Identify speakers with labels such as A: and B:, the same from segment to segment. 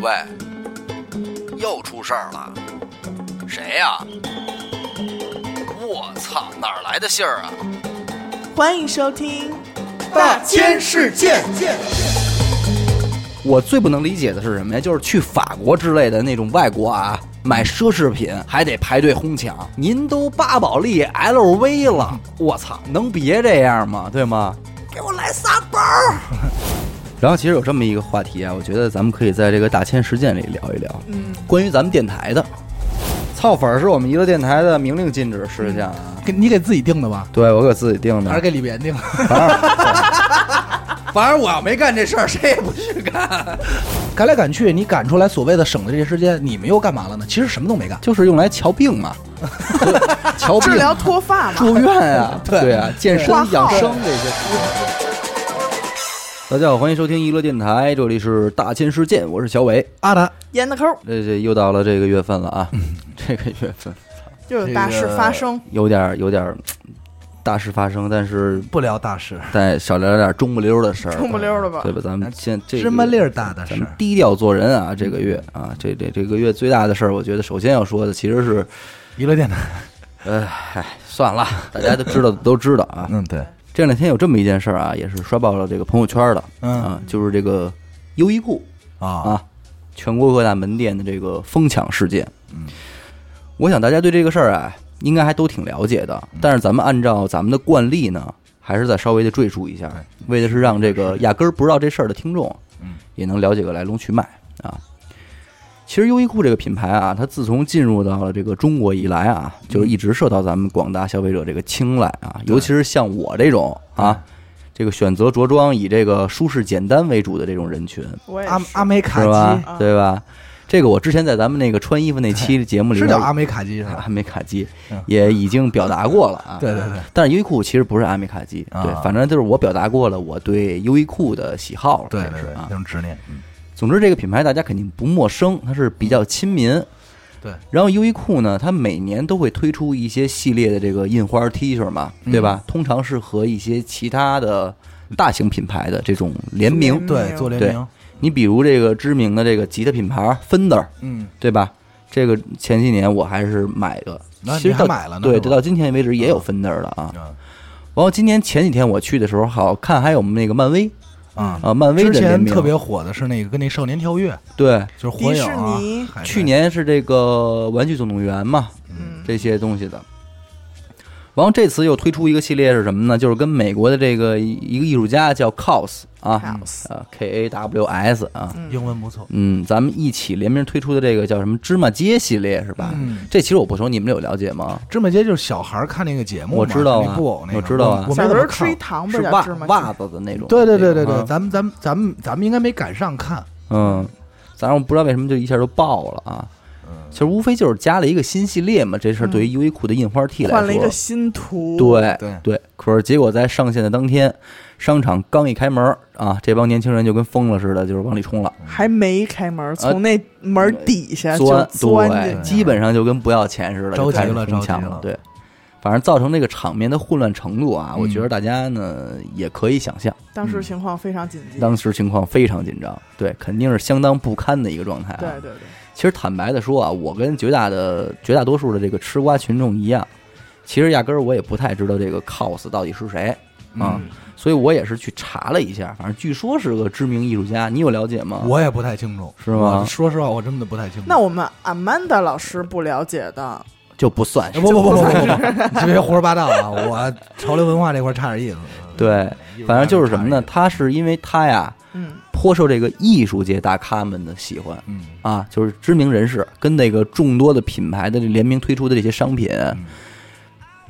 A: 喂，又出事儿了！谁呀、我操，哪儿来的信儿啊？
B: 欢迎收听
C: 大千世界。
D: 我最不能理解的是什么呀？就是去法国之类的那种外国啊，买奢侈品还得排队哄抢。您都巴宝莉、LV 了，我操，能别这样吗？对吗？给我来仨包。 然后其实有这么一个话题啊，我觉得咱们可以在这个大千世界里聊一聊，嗯，关于咱们电台的。操粉儿是我们娱乐电台的明令禁止事项啊。
C: 给你给自己定的吧，
D: 对，我给自己定的，
C: 嗯还是给李岩定？啊 反正我要没干这事儿，谁也不许 干。赶来赶去，你赶出来所谓的省的这些时间，你们又干嘛了呢？其实什么都没干。
D: 就是用来瞧病嘛， 瞧病
B: 治疗脱发 嘛。
D: 住院啊，
C: 对
D: 对啊，健身
B: 挂号
D: 养生这些。大家好，欢迎收听娱乐电台，这里是大千世界，我是小伟。
C: 阿达，
B: 严的抠儿
D: 这这又到了这个月份了啊，
C: 嗯
D: 这个月份
B: 又有大事发生，
D: 有点儿有点儿嘖大事发生，但是
C: 不聊大事，
D: 再少聊点中不溜的事儿，
B: 中不溜的吧
D: 对吧？咱们先这个
C: 芝麻粒儿大的
D: 咱
C: 事
D: 们
C: 儿。
D: 低调做人啊，这个月啊，这这这个月最大的事儿，我觉得首先要说的其实是，
C: 娱乐电台，
D: 呃，唉算了，大家都知道的都知道啊，
C: 嗯，对，
D: 这两天有这么一件事儿啊，也是刷爆了这个朋友圈的，
C: 嗯
D: 啊，就是这个优衣库
C: 啊，
D: 啊，全国各大门店的这个疯抢事件。嗯，我想大家对这个事儿啊，应该还都挺了解的，
C: 嗯
D: 但是咱们按照咱们的惯例呢，还是再稍微的赘述一下，为的是让这个压根儿不知道这事儿的听众，
C: 嗯，
D: 也能了解个来龙去脉啊。其实优衣库这个品牌啊，它自从进入到了这个中国以来啊，
C: 嗯
D: 就是一直受到咱们广大消费者这个青睐啊，尤其是像我这种啊，这个选择着装以这个舒适简单为主的这种人群，
B: 我也
C: 阿
B: 是
C: 阿美
D: 是
C: 卡
D: 吧啊
C: 基？啊
D: 对吧？这个我之前在咱们那个穿衣服那期节目里
C: 哎是
D: 边，
C: 叫阿美卡基是 吧？
D: 阿美卡基
C: 嗯
D: 也已经表达过了啊。
C: 对对对。
D: 但是优衣库其实不是阿美卡基，
C: 啊
D: 对，反正就是我表达过了我对优衣库的喜好了，
C: 对
D: 这
C: 对
D: 是
C: 对，
D: 啊
C: 那。种执念，嗯，
D: 总之，这个品牌大家肯定不陌生，它是比较亲
C: 嗯
D: 民。
C: 对，
D: 然后优衣库呢，它每年都会推出一些系列的这个印花 T 恤嘛，
C: 嗯
D: 对吧？通常是和一些其他的大型品牌的这种联名。
C: 对，做联
D: 对
C: 名，
D: 你比如这个知名的这个吉他品牌 Fender，
C: 嗯，
D: 对吧？这个前几年我还是买的，
C: 那
D: 其实
C: 你还
D: 到
C: 买了呢
D: 对，
C: 是吧
D: 这到今天为止也有 Fender 的啊。
C: 嗯
D: 然后今年前几天我去的时候，好看还有我们那个漫威
C: 啊，
D: 啊，漫威
C: 之
D: 的联
C: 前
D: 名
C: 特别火的是那个跟那少年跳跃，
D: 对，
C: 就是火
B: 迪
C: 影啊
B: 士尼，
C: 海贼
D: 去年是这个《玩具总动员》嘛，
B: 嗯
D: 这些东西的。然后这次又推出一个系列是什么呢？就是跟美国的这个一个艺术家叫 Kaws 啊
B: Kaws，
D: 啊 K A W S 啊，
C: 英文不错，
D: 嗯，咱们一起联名推出的这个叫什么芝麻街系列是吧？
C: 嗯
D: 这其实我不熟，你们有了解吗？
C: 芝麻街就是小孩儿看那个节目嘛，
D: 我知道啊
C: 那布偶那个，
D: 我知道啊
C: 我
B: 小时
C: 没怎
B: 候
C: 么
B: 吃一
C: 看。嗯
B: 糖不
D: 是
B: 是叫
D: 袜
B: 芝麻
D: 袜
B: 鸡？
D: 子的那种，
C: 对对对对
D: 那
C: 对，
D: 种啊
C: 咱们咱们咱们咱们应该没赶上看，
D: 嗯，咱我不知道为什么就一下就爆了啊。
C: 嗯
D: 其实无非就是加了一个新系列嘛，这事儿对于优衣库的印花 T 来说，
B: 换了一个新图，，
D: 对
C: 对
D: 对，可是结果在上线的当天，商场刚一开门儿啊，这帮年轻人就跟疯了似的，就是往里冲了，
B: 还没开门，从那门底下就钻
D: 呃对，嗯
B: 进去，
D: 基本上就跟不要钱似的，
C: 着
D: 就
C: 急
D: 开始
C: 了
D: 疯抢
C: 着急了
D: 对。反正造成这个场面的混乱程度啊，我
C: 嗯
D: 觉得大家呢也可以想象，
B: 当时情况非常紧急。
D: 当时情况非常紧张，对，肯定是相当不堪的一个状态、啊。
B: 对对对，
D: 其实坦白的说啊，我跟绝大的绝大多数的这个吃瓜群众一样，其实压根儿我也不太知道这个 cos 到底是谁啊，
C: 嗯
D: 所以我也是去查了一下，反正据说是个知名艺术家，你有了解吗？
C: 我也不太清楚，
D: 是吗
C: 我说实话，我真的不太清楚。
B: 那我们 Amanda 老师不了解的，
D: 就不算
C: 哎
D: 是
C: 不不不不不不，你别胡说八道 啊！我潮流文化这块儿差点意思。
D: 对，反正就是什么呢？他是因为他呀
B: 嗯，
D: 颇受这个艺术界大咖们的喜欢
C: 嗯，
D: 啊，就是知名人士跟那个众多的品牌的这联名推出的这些商品，
C: 嗯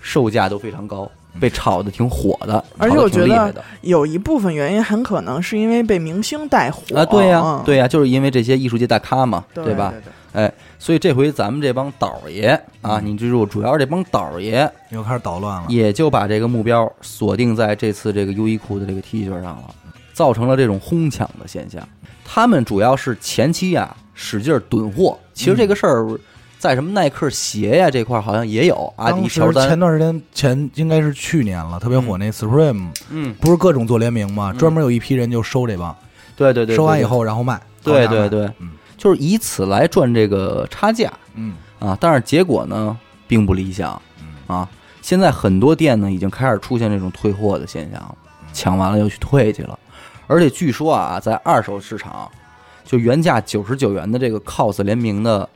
D: 售价都非常高，被炒的挺火的，
B: 而且
D: 炒
B: 我
D: 得挺
B: 觉
D: 厉害的
B: 得。有一部分原因很可能是因为被明星带火
D: 啊，对呀、
C: 哦
B: 嗯
D: 对呀、就是因为这些艺术界大咖嘛，
B: 对
D: 吧？
B: 对对
D: 哎，所以这回咱们这帮倒爷
C: 嗯
D: 啊，你记住，主要是这帮倒爷
C: 又开始捣乱了。
D: 也就把这个目标锁定在这次这个优衣库的这个 T 恤上了，造成了这种哄抢的现象。他们主要是前期啊使劲儿囤货，其实这个事儿在什么耐克鞋呀、这块儿好像也有，阿迪
C: 当时
D: 乔
C: 前
D: 丹，
C: 段时间前应该是去年了，特别火那 Supreme，
D: 嗯，
C: 不是各嗯种做联名吗？专门有一批人就收这帮，
D: 对对对，
C: 收完
D: 对
C: 以，后然后卖。
D: 对
C: 高价
D: 对
C: 卖
D: 对
C: 嗯，
D: 就是以此来赚这个差价
C: 嗯
D: 啊。但是结果呢，并不理想啊。现在很多店呢，已经开始出现这种退货的现象了，
C: 嗯
D: 抢完了又去退去了。而且据说啊，在二手市场，就原价九十九元的这个 COS 联名的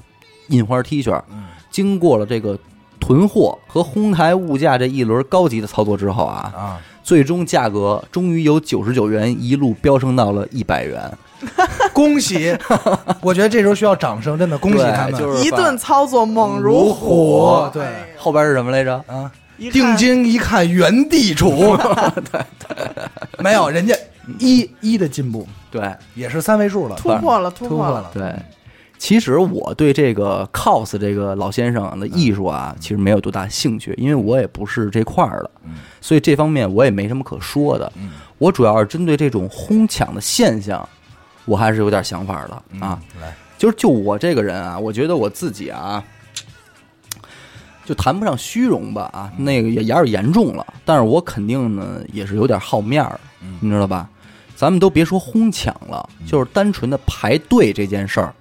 D: 印花 T 恤，
C: 嗯
D: 经过了这个囤货和哄抬物价这一轮高级的操作之后啊，
C: 啊，
D: 最终价格终于由九十九元一路飙升到了一百元。
C: 恭喜！我觉得这时候需要掌声，真的恭喜他们。
D: 对就是
B: 一顿操作猛如
C: 猛如虎
B: 虎，
C: 对
B: 哎呀
D: 后边是什么来着？
C: 啊，
B: 一看
C: 定睛一看原地 杵， 没有人家
D: 嗯
C: 一一的进步
D: 对
C: 也是三位数了，
B: 突破了，突
C: 突破
B: 了，
C: 了。
D: 对，其实我对这个 cos 这个老先生的艺术啊，其实没有多大兴趣，因为我也不是这块儿的，所以这方面我也没什么可说的。我主要是针对这种哄抢的现象，我还是有点想法的啊。
C: 来，
D: 就是就我这个人啊，我觉得我自己啊，就谈不上虚荣吧啊，那个也有点严重了。但是我肯定呢，也是有点好面儿，
C: 嗯
D: 你知道吧？咱们都别说哄抢了，就是单纯的排队这件事儿，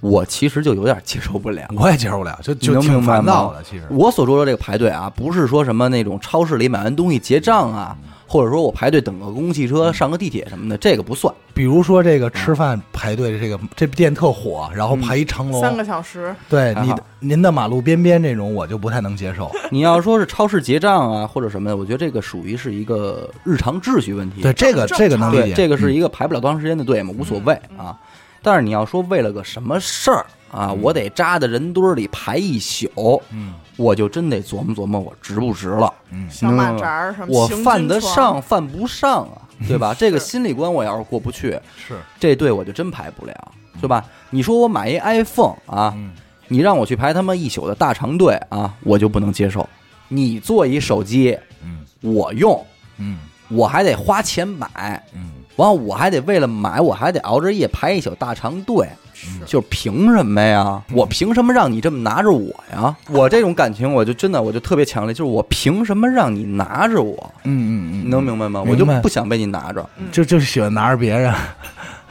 D: 我其实就有点接受不了。
C: 我也接受不了， 就
D: 你
C: 就
D: 能
C: 挺
D: 明白
C: 烦躁
D: 吗嗯
C: 的。其实，
D: 我所说的这个排队啊，不是说什么那种超市里买完东西结账啊，
C: 嗯
D: 或者说我排队等个公共汽车、上个地铁什么的，这个不算。
C: 比如说这个吃饭排队，这个这店特火，然后排一长龙，
B: 三个小时，
C: 对
D: 嗯还
C: 你
D: 好
C: 您的马路边边这种，我就不太能接受。
D: 你要说是超市结账啊，或者什么的，我觉得这个属于是一个日常秩序问题。
C: 对这个
B: 正
C: 这个能理
D: 对，
C: 解，嗯
D: 这个是一个排不了多长时间的队嘛，无所谓啊。但是你要说为了个什么事儿啊，我得扎在人堆儿里排一宿，
C: 嗯
D: 我就真得琢磨琢磨我值不值了。
C: 嗯
B: 小马扎儿什么，
D: 我
B: 行军
D: 犯得
B: 床
D: 上，犯不上啊，对 吧？这个心理关我要是过不去，
C: 是
D: 这队我就真排不了，对吧？你说我买一 iPhone 啊，
C: 嗯
D: 你让我去排他妈一宿的大长队啊，我就不能接受。你做一手机，
C: 嗯
D: 我用，
C: 嗯
D: 我还得花钱买，
C: 嗯
D: 完后我还得为了买，我还得熬着夜排一宿大长队，
B: 是
D: 就凭什么呀？
C: 嗯
D: 我凭什么让你这么拿着我 呀？我这种感情，我就真的我就特别强烈，就是我凭什么让你拿着我？
C: 嗯
D: 你能明白吗？
C: 明白
D: 我就不想被你拿着，
B: 嗯
C: 就就是喜欢拿着别人，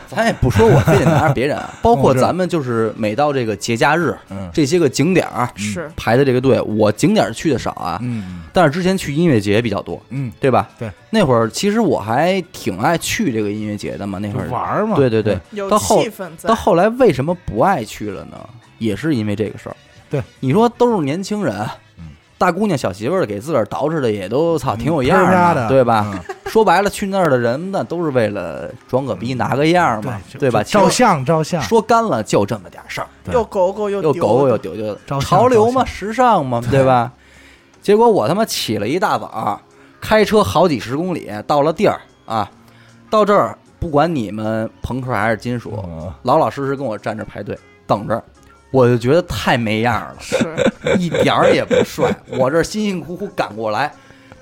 D: 咱也不说我非得拿着别人啊， 包括咱们就是每到这个节假日
C: 嗯，
D: 这些个景点儿
B: 是
D: 排的这个队，我景点儿去的少啊，
C: 嗯
D: 但是之前去音乐节比较多，
C: 嗯，
D: 对吧？
C: 对，
D: 那会儿其实我还挺爱去这个音乐节的嘛，那会儿
C: 玩儿嘛嗯
D: 对对对，
B: 有
D: 到后
B: 气氛在
D: 到，后来为什么不爱去了呢？也是因为这个事儿。
C: 对，
D: 你说都是年轻人
C: 嗯，
D: 大姑娘小媳妇儿给自个儿捯饬的也都操啊挺有样儿
C: 嗯啪啪
D: 嘛
C: 的嗯
D: 对吧？说白了，去那儿的人呢，都是为了装个
C: 嗯
D: 逼、拿个样儿嘛，对吧？
C: 照
D: 其实
C: 相照相，
D: 说干了就这么点儿事儿，
C: 对
B: 又狗狗又
D: 又
B: 丢
D: 狗狗
B: 的
D: 又丢丢的，
C: 照相
D: 潮流嘛，
C: 照
D: 时尚嘛，对吧？结果我他妈起了一大早，开车好几十公里到了地儿啊，到这儿不管你们朋克还是金属，
C: 嗯
D: 老老实实跟我站这排队等着，我就觉得太没样儿
B: 是
D: 了，一点儿也不帅。我这辛辛苦苦赶过来，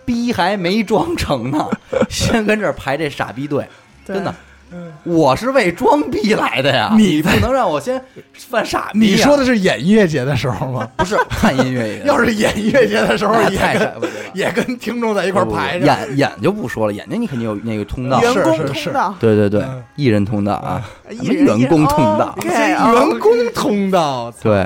D: 逼还没装成呢， 先跟这儿排这傻逼队，
B: 对嗯
D: 真的。我是为装逼来的呀！
C: 你
D: 啊你不 能让我先犯傻逼、
C: 你说的是演音乐节的时 候吗？
D: 不是看音乐也
C: 要是演音乐节的时候
D: 那，
C: 也
D: 哎太傻
C: 跟
D: 逼了，
C: 也跟听众在一块儿排着，
D: 眼眼就不说了，眼睛你肯定有那个通道。
B: 员
C: 是
B: 工
C: 是是
B: 通道，
D: 对对对
C: 嗯，
D: 艺人通道啊，
B: 一
D: 什么
B: 人一
D: 员工通道
B: OK，哦
C: 员工通道，
D: 对。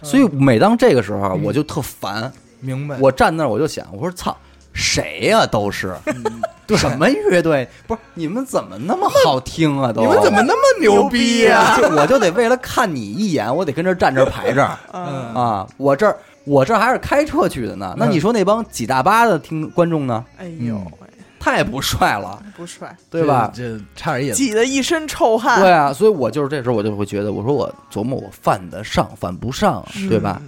D: 所以每当这个时候，啊
C: 嗯
D: 我就特烦。
C: 明白？
D: 我站那儿我就想，我说操，谁呀、都是，
C: 嗯
D: 什么乐队？不是你们怎么那么好听啊？都
C: 你们怎么那么牛逼啊呀？
D: 就我就得为了看你一眼，我得跟这儿站这儿排这儿
B: 嗯，
D: 啊！我这儿我这儿还是开车去的呢。那你说那帮挤大巴的听观众呢？
B: 哎呦喂，
D: 太不帅了，
B: 不帅，
D: 对吧？
C: 这这差点意思。
B: 挤得一身臭汗，
D: 对啊，所以我就是这时候我就会觉得，我说我琢磨我犯得上犯不上啊，
B: 嗯
D: 对吧？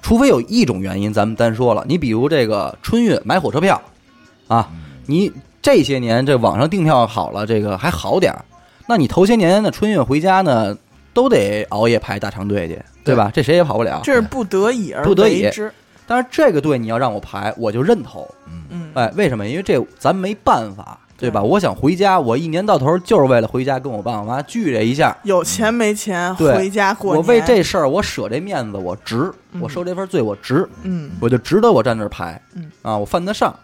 D: 除非有一种原因，咱们单说了，你比如这个春运买火车票，啊，你这些年这网上订票好了，这个还好点儿，那你头些年的春运回家呢，都得熬夜排大长队去，对吧？这谁也跑不了。
B: 这是不得已而
D: 不得已
B: 为之，
D: 但是这个队你要让我排，我就认头。
B: 嗯，
D: 哎，为什么？因为这咱没办法，对吧？
B: 对
D: 我想回家，我一年到头就是为了回家跟我爸我妈聚这一下，
B: 有钱没钱
D: 嗯对
B: 回家过
D: 我
B: 年，
D: 为这事儿，我舍这面子，我值，
B: 嗯
D: 我受这份罪，我值，
B: 嗯
D: 我就值得我站这儿排
B: 嗯，
D: 啊，我犯得上。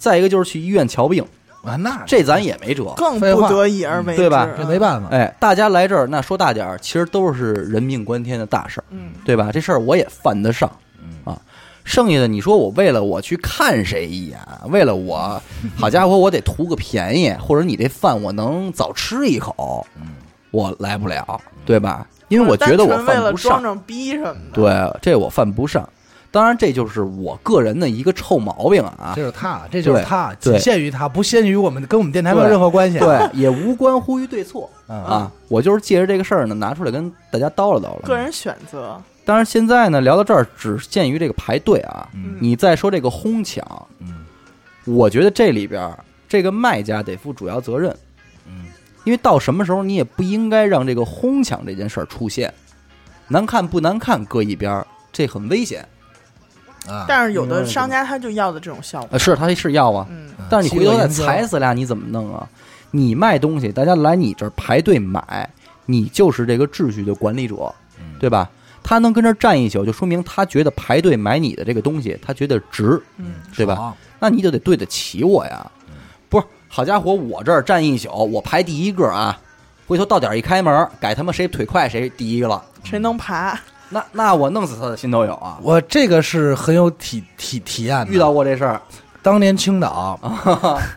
D: 再一个就是去医院瞧病，
C: 啊，那
D: 这咱也没辙。
B: 更
C: 废
B: 不
C: 话
B: 得已而为之，嗯
D: 对吧
C: 这没办法，
D: 哎，大家来这儿，那说大点儿，其实都是人命关天的大事儿，
B: 嗯，
D: 对吧？这事儿我也犯得上
C: 嗯
D: 啊。剩下的你说我为了我去看谁一眼，为了 我，好家伙，我得图个便宜，或者你这饭我能早吃一口，
C: 嗯
D: 我来不了，对吧？因为我觉得我
B: 单纯为
D: 犯
B: 了
D: 不
B: 装
D: 上，
B: 装逼什么的，，
D: 对，这我犯不上。当然，这就是我个人的一个臭毛病啊
C: 这，是他，这就是他，
D: 对
C: 仅限于他，不限于我们，跟我们电台没有
D: 对
C: 任何关系。
D: 对，也无关乎于对错
C: 嗯
D: 啊。我就是借着这个事儿呢，拿出来跟大家叨唠叨
B: 个
D: 唠。
B: 人选择，
D: 当然，现在呢，聊到这儿只限于这个排队啊。
C: 嗯
D: 你再说这个哄抢，
C: 嗯
D: 我觉得这里边儿这个卖家得负主要责任，
C: 嗯，
D: 因为到什么时候你也不应该让这个哄抢这件事儿出现。难看不难看搁一边儿，这很危险。嗯
C: 啊，
B: 但是有
D: 明白
B: 的
D: 了
B: 商家他就要的这种效果，
D: 呃，是他是要啊，
B: 嗯，
C: 嗯
D: 但是你回头再
C: 欺负
D: 踩死俩，你怎么弄啊？你卖东西，大家来你这儿排队买，你就是这个秩序的管理者，
C: 嗯
D: 对吧？他能跟这儿站一宿，就说明他觉得排队买你的这个东西，他觉得值，
B: 嗯，
D: 对吧？？那你就得对得起我呀。不是，好家伙，我这儿站一宿，我排第一个啊，回头到点儿一开门，改他妈谁腿快谁第一了，
B: 谁能爬？
D: 那那我弄死他的心都有啊！
C: 我这个是很有体体体验的。
D: 遇到过啊这事儿，
C: 当年青岛，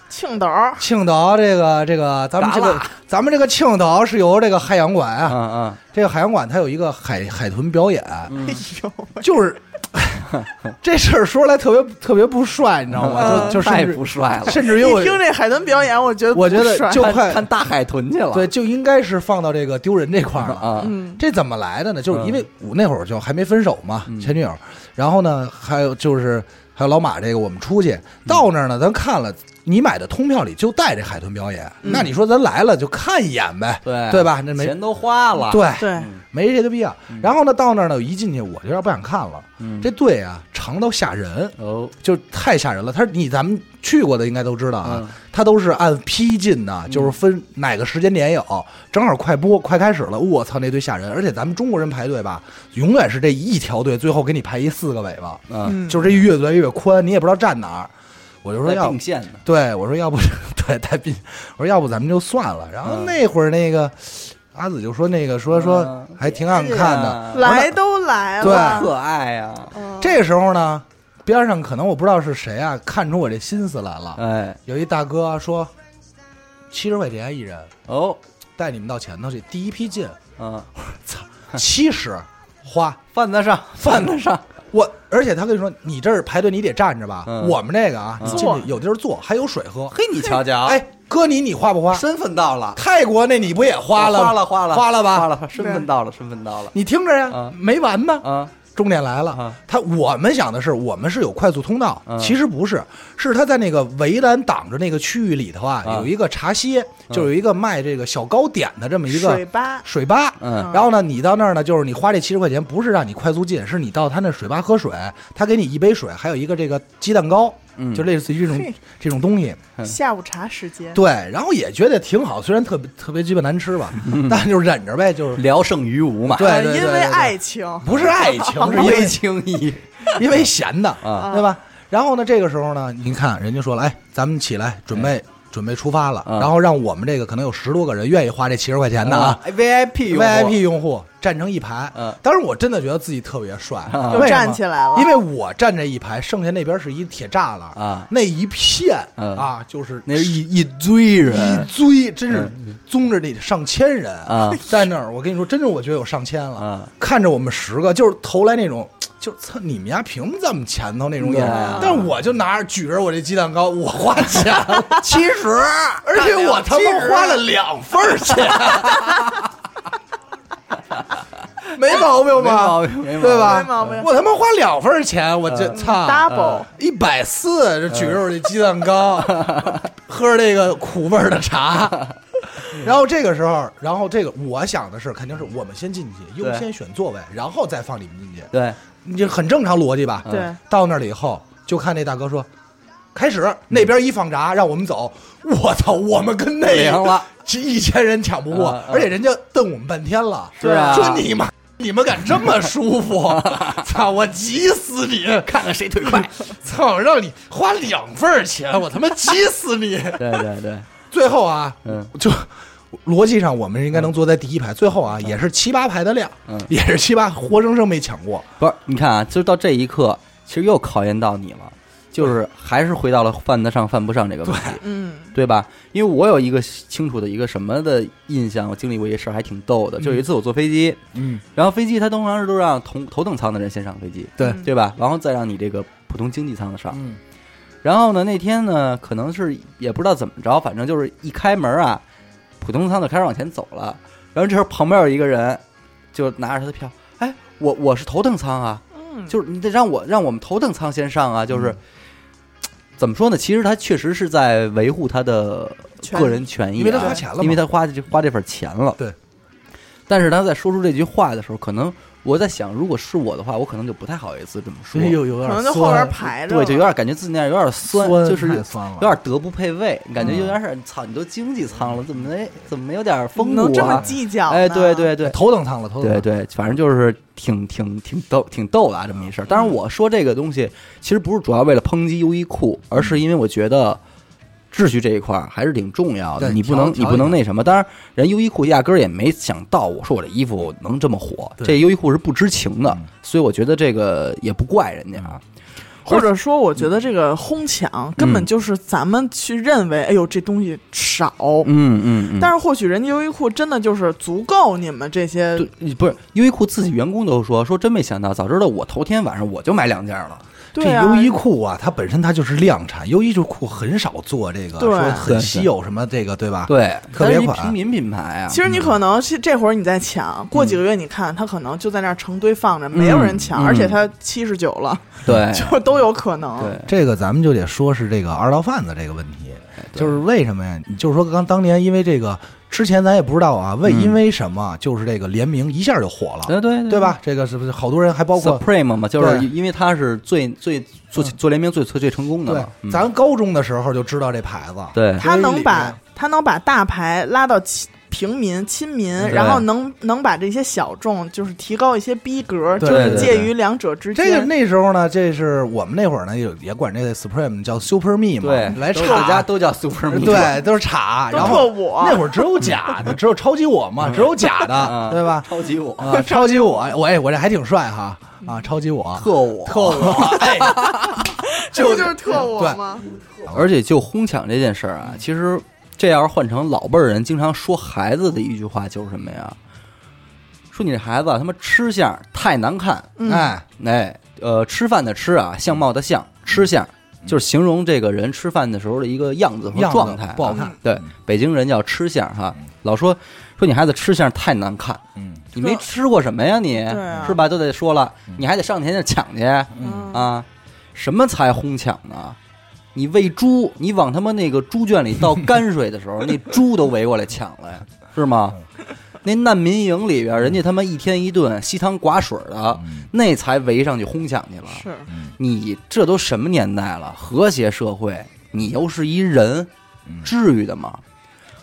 B: 庆斗，
C: 青岛这个这个，咱们这
D: 嘎
C: 个咱们这个青岛是由这个海洋馆啊，
D: 嗯
C: 这个海洋馆它有一个海海豚表演，
D: 嗯
B: 哎
D: 嗯，
B: 呦，
C: 就是 这事儿说来特别特别不帅，你知道吗？
B: 嗯
C: 就就
D: 太
C: 甚
D: 不
C: 至
D: 帅了，
C: 甚至于我
B: 一听这海豚表演，我觉得
C: 我觉得
B: 不帅
C: 就
D: 看
C: 快
D: 看大海豚去了，
C: 对，就应该是放到这个丢人这块儿了。
D: 啊，
B: 嗯，
C: 这怎么来的呢？就是
D: 嗯
C: 因为我那会儿就还没分手嘛，
D: 嗯
C: 前女友。然后呢，还有就是还有老马这个，我们出去到那儿呢，咱看了你买的通票里就带这海豚表演，
B: 嗯
C: 那你说咱来了就看一眼呗，
D: 对
C: 对吧？那没
D: 钱都花了，，
C: 对，
B: 对，
C: 没这个必要。然后呢，到那儿呢，一进去我就有点不想看了，
D: 嗯
C: 这队啊长到吓人。
D: 哦，
C: 就太吓人了，他你咱们去过的应该都知道啊，
D: 嗯
C: 他都是按批进的，就是分哪个时间点有，正好快播快开始了，我操那堆吓人！而且咱们中国人排队吧，永远是这一条队，最后给你排一四个尾巴，
D: 嗯，
B: 嗯，
C: 就是这越来越宽，你也不知道站哪儿。我就说
D: 在
C: 要
D: 并线呢，
C: 对，我说要不 对太斌，我说要不咱们就算了。然后那会儿那个阿紫就说那个说说
D: 嗯
C: 还挺好看的。
D: 哎呀
B: 来都来
C: 对哦
B: 了，
D: 可爱呀，
B: 嗯
C: 这时候呢，边上可能我不知道是谁啊，看出我这心思来了，
D: 哎，
C: 有一大哥说七十块钱一人，
D: 哦，
C: 带你们到前头去，第一 批进，
D: 嗯，
C: 操，七十花
D: 犯得上，犯得上，
C: 我，而且他跟你说，你这儿排队你得站着吧，
D: 嗯啊
C: 我们这个啊，你进
B: 坐
C: 去有地儿坐，还有水喝。
D: 嘿，你瞧瞧，
C: 哎，，哥你你花不花？
D: 身份到了，
C: 泰国那你不也花了？
D: 花了，花了，
C: 花了吧？
D: 花了，身份到了，身份到了，
C: 你听着呀
D: 啊，
C: 没完呢。
D: 啊，
C: 终点来了
D: 啊，
C: 他我们想的是，我们是有快速通道
D: 嗯，
C: 其实不是，是他在那个围栏挡着那个区域里头啊，
D: 啊
C: 有一个茶歇，
D: 嗯
C: 就有一个卖这个小糕点的这么一
B: 水
C: 个
B: 吧，
C: 水吧，
D: 嗯，
C: 然后呢，你到那儿呢，就是你花这七十块钱，不是让你快速进，是你到他那水吧喝水，他给你一杯水，还有一个这个鸡蛋糕，
D: 嗯
C: 就类似于这种
B: 嘿
C: 这种东西。
D: 嗯
B: 下午茶时间，
C: 对，然后也觉得挺好，虽然特别特别鸡巴难吃吧， 但就忍着呗，就是
D: 聊胜于无嘛，
C: 对
B: 呃
C: 对对
B: 因为
C: 对对
B: 爱情，
C: 不是爱情， 是因
D: 一
C: 为
D: 轻易，
C: 因为闲的，
D: 啊
C: 对吧？然后呢，这个时候呢，您看人家说了，哎，咱们起来准备准备出发了，
D: 嗯
C: 然后让我们这个可能有十多个人愿意花这七十块钱的啊
D: 哎，VIP 用户
C: VIP 用户站成一排
D: 嗯，
C: 当时我真的觉得自己特别帅，
D: 啊
C: 为什么
B: 又站起来了
C: 因为我站这一排，剩下那边是一铁栅栏
D: 啊
C: 那一片
D: 嗯
C: 啊，就是
D: 那是一一堆人，
C: 一堆，真是宗着那上千人
D: 嗯啊
C: 在那儿，我跟你说，真是我觉得有上千了
D: 啊，
C: 看着我们十个，就是投来那种。就是操你们家凭这么前头那种眼
D: 对啊
C: 光，但是我就拿着举着我这鸡蛋糕，我花钱 了，
D: 七十，
C: 而且我他妈花了两份 儿钱，没毛病
D: 没毛
C: 吧？
D: 病嗯没毛病
C: 对吧？
B: 没毛病
C: 我他妈花两份儿钱，我这操
B: double
C: 一百四，这举着我这鸡蛋糕，喝着这个苦味儿的茶。然后这个时候，然后这个我想的是，肯定是我们先进去，优
D: 对
C: 先选座位，然后再放你们进去，
D: 对，
C: 你这很正常逻辑
D: 嗯
C: 吧？
B: 对，
C: 到那儿了以后，就看那大哥说：“开始，那边一放闸，让我们走。”我操，我们跟那
D: 嗯凉了，
C: 这一千人抢不过
D: 啊啊，
C: 而且人家瞪我们半天了，
D: 是啊
C: 说你妈你们敢这么舒服？ 操，我急死你！
D: 看看谁腿快。
C: 操，让你花两份儿钱，我他妈急死 你！
D: 对对对，
C: 最后啊，
D: 嗯
C: 就逻辑上我们应该能坐在第一排。最后啊，也是七八排的量，
D: 嗯
C: 也是七八，活生生没抢过。
D: 不是，你看啊，就是到这一刻，其实又考验到你了，就是还是回到了犯得上犯不上这个问题，
B: 嗯
D: 对吧？因为我有一个清楚的一个什么的印象，我经历过一事儿还挺逗的，就有一次我坐飞机，
C: 嗯，
D: 然后飞机它通常是都让同头等舱的人先上飞机，
C: 对，
D: 对吧？然后再让你这个普通经济舱的上。
C: 嗯
D: 然后呢，那天呢，可能是也不知道怎么着，反正就是一开门啊，普通舱就开始往前走了。然后这时候旁边有一个人，就拿着他的票， 哎，我我是头等舱啊，
B: 嗯，
D: 就是你得让我让我们头等舱先上啊，就是、
C: 嗯
D: 怎么说呢？其实他确实是在维护他的
B: 权
D: 个人权益、啊，
C: 因为他花钱了嘛
D: 因为他花这花这份钱了。
C: 对。
D: 但是他在说出这句话的时候，可能我在想，如果是我的话，我可能就不太好意思这么说。
C: 哎呦，有
B: 可
C: 点
B: 能就
C: 酸
B: 后边排着
D: 对，
B: 了，
D: 就有点感觉自己那样有点酸，
C: 酸
D: 就是
C: 太
D: 有
C: 酸了，嗯
D: 点德不配位，感觉有点是操，你都经济舱了，怎么没怎么没有点风
B: 能
D: 骨
B: 这么
D: 啊？
B: 计较呢？
D: 哎，对对对，
C: 头等舱了，头等
D: 对
C: 舱。
D: 对，反正就是挺挺挺逗挺逗的啊，这么一事儿。当然，
C: 嗯
D: 我说这个东西其实不是主要为了抨击优衣库，而
C: 嗯
D: 是因为我觉得秩序这一块儿还是挺重要的。
C: 对
D: 你不
C: 调
D: 能你
C: 调
D: 不能
C: 一下
D: 那什么。当然，人优衣库压根儿也没想到，我说我这衣服能这么火，
C: 对
D: 这优衣库是不知情的
C: 嗯，
D: 所以我觉得这个也不怪人家啊。
B: 或者说，我觉得这个哄抢根本
D: 嗯
B: 就是咱们去认为，哎呦，这东西少，
D: 嗯嗯嗯。
B: 但是或许人家优衣库真的就是足够你们这些
D: 对，不是优衣库自己员工都说说真没想到，早知道我头天晚上我就买两件了。
B: 对啊，
C: 这优衣库啊，它本身它就是量产，优衣库很少做这个，
B: 对
C: 说很稀有什么这个，对吧？
D: 对，
C: 特别
D: 它是一
C: 款
D: 平民品牌啊。
B: 其实你可能是这会儿你在抢，过几个月你看它可能就在那儿成堆放着，没有人抢，
D: 嗯哎
B: 而且它七十九了，
D: 对
B: 就都有可能。
D: 对，
C: 这个咱们就得说是这个二道贩子这个问题，
D: 对
C: 就是为什么呀？你就是说刚当年因为这个，之前咱也不知道啊，为
D: 嗯啊
C: 因为什么，就是这个联名一下就火了，
D: 对对
C: 对吧？这个是不是好多人还包括
D: Supreme 嘛，就是
C: 对嗯
D: 因为它是最最做做联名最最最成功的
C: 对
D: 嘛。嗯
C: 咱高中的时候就知道这牌子，
D: 对
B: 它能
C: 这
B: 把
C: 里
B: 它能把大牌拉到亲平民亲民，
D: 对
B: 然后能能把这些小众就是提高一些逼格，就
C: 对
B: 是
D: 对
B: 介
D: 对
B: 于两者之间。
C: 这个那时候呢，这是我们那会儿呢，也也管这个 Supreme 叫 Super Me 嘛，
D: 对，
C: 来
D: 都
C: 查
D: 大家都叫 Super，Mini
C: 对，都是查，
B: 都
C: 然
B: 特
C: 后
B: 务
C: 那会儿只有假的，只有超级我嘛，
D: 嗯
C: 只有假的，对吧？
D: 超级我
C: 啊，超级我，我哎，我这还挺帅哈，啊，超级我，
D: 特我
C: 特我， 哎，
B: 这不就是特务
C: 对
B: 吗？
D: 而且就哄抢这件事儿啊，其实这要是换成老辈儿人，经常说孩子的一句话就是什么呀？说你这孩子啊他妈吃相太难看，
B: 嗯
C: 哎，
D: 哎，呃，吃饭的吃啊，相貌的相，吃相就是形容这个人吃饭的时候的一个样子和
C: 样子
D: 状态，啊
C: 不好看，
D: 对，北京人叫吃相哈，老说说你孩子吃相太难看，
C: 嗯，
D: 你没吃过什么呀你，
B: 对啊
D: 是吧？都得说了，你还得上前去抢去
B: 嗯
D: 啊！什么才哄抢呢？你喂猪，你往他妈那个猪圈里倒泔水的时候，那猪都围过来抢了呀，是吗？那难民营里边，人家他妈一天一顿吸汤寡水的，那才围上去哄抢去了。
B: 是
D: 你这都什么年代了？和谐社会，你又是一人，
C: 嗯
D: 至于的吗？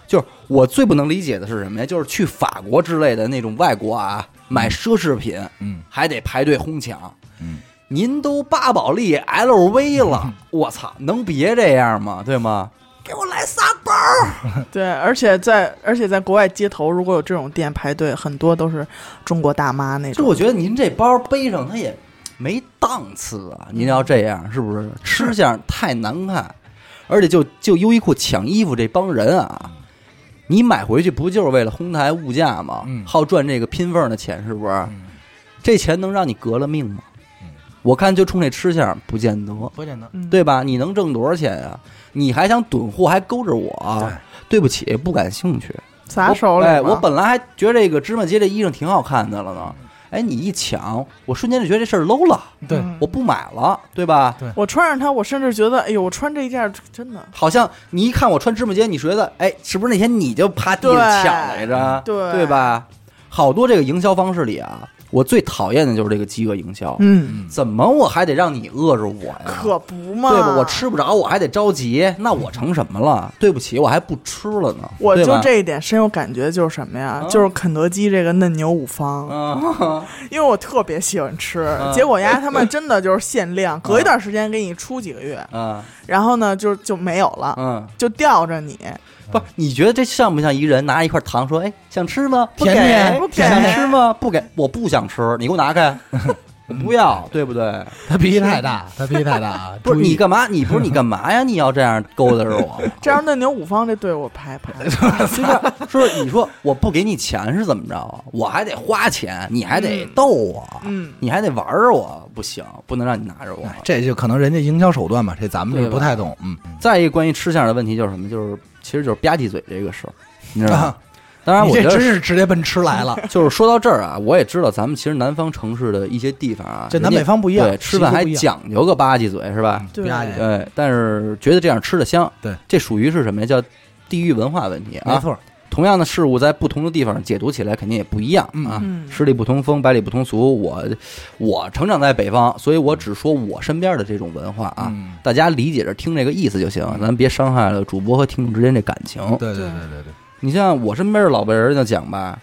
D: 就是我最不能理解的是什么呀？就是去法国之类的那种外国啊，买奢侈品，
C: 嗯，
D: 还得排队哄抢，
C: 嗯，
D: 您都巴宝莉 LV 了，我操，能别这样吗？对吗？给我来仨包儿，
B: 对，而且在而且在国外街头，如果有这种店排队，很多都是中国大妈那
D: 就
B: 种。
D: 我觉得您这包背上它也没档次啊！您要这样是不是吃相太难看？而且就就优衣库抢衣服这帮人啊，你买回去不就是为了哄抬物价吗？
C: 嗯
D: 好赚这个拼缝的钱是不是？这钱能让你革了命吗？我看就冲这吃相不见得，
C: 不简单，
B: 嗯
D: 对吧？你能挣多少钱呀、你还想囤货，还勾着我？啊对不起，不感兴趣。
B: 砸手
D: 我
B: 里
D: 哎，
B: 吧
D: 我本来还觉得这个芝麻街这衣裳挺好看的了呢，哎，你一抢，我瞬间就觉得这事儿 low 了，
C: 对，
B: 嗯
D: 我不买了，对吧？
C: 对
B: 我穿上它，我甚至觉得，哎呦，我穿这一件儿真的
D: 好像你一看我穿芝麻街，你觉得，哎，是不是那天你就趴地上
B: 对
D: 抢来着？
B: 对
D: 对吧？好多这个营销方式里啊，我最讨厌的就是这个饥饿营销。
B: 嗯，
D: 怎么我还得让你饿着我呀？
B: 可不嘛，
D: 对吧？我，吃不着，我还得着急，那我成什么了？对不起，我还不吃了呢。
B: 我
D: 对
B: 就
D: 吧嗯
B: 这一点深有感觉，就是什么呀？就是肯德基这个嫩牛五方，
D: 啊，
B: 因为我特别喜欢吃，
D: 嗯
B: 结果呀，他们真的就是限量，隔一段时间给你出几个月，
D: 嗯
B: 然后呢，就就没有了，
D: 嗯，
B: 就吊着你，
D: 不是，你觉得这像不像一人拿一块糖说：“哎，想吃吗？不给，
C: 甜甜
D: 不给
B: 甜甜
D: 想吃吗？不给，我不想吃，你给我拿开， 我不要，对不对？
C: 他脾气太大，他脾气太大啊！
D: 不是
C: 注意
D: 你干嘛？你不是你干嘛 呀？你要这样勾搭着我，
B: 这样嫩牛五方这对我排排，
D: 就是说，你说我不给你钱是怎么着啊？我还得花钱，你还得逗我，
B: 嗯，
D: 你还得玩儿我，不行，不能让你拿着我。
C: 这就可能人家营销手段吧，这咱们
D: 对
C: 这
D: 吧
C: 不太懂。嗯，
D: 再一个关于吃相的问题就是什么？就是其实就是吧唧嘴这个事儿，你知道吗
C: 啊？
D: 当然，
C: 你
D: 我
C: 这
D: 觉
C: 真
D: 得
C: 是直接奔吃来了。
D: 就是说到这儿啊，我也知道咱们其实南方城市的一些地方啊，
C: 这
D: 人家
C: 南北方不一样
D: 对，吃饭还啊
C: 习俗不一样
D: 讲究个吧唧嘴是吧？
B: 对，
C: 吧唧对
D: 对，但是觉得这样吃的香，
C: 对，
D: 这属于是什么呀？叫地域文化问题
C: 没
D: 啊。
C: 错，
D: 同样的事物在不同的地方解读起来肯定也不一样啊。
B: 嗯嗯
D: 十里不同风，百里不同俗。我我成长在北方，所以我只说我身边的这种文化啊，
C: 嗯
D: 大家理解着听这个意思就行，咱别伤害了主播和听众之间这感情。
C: 对对对对对，
D: 你像我身边的老辈人就讲吧，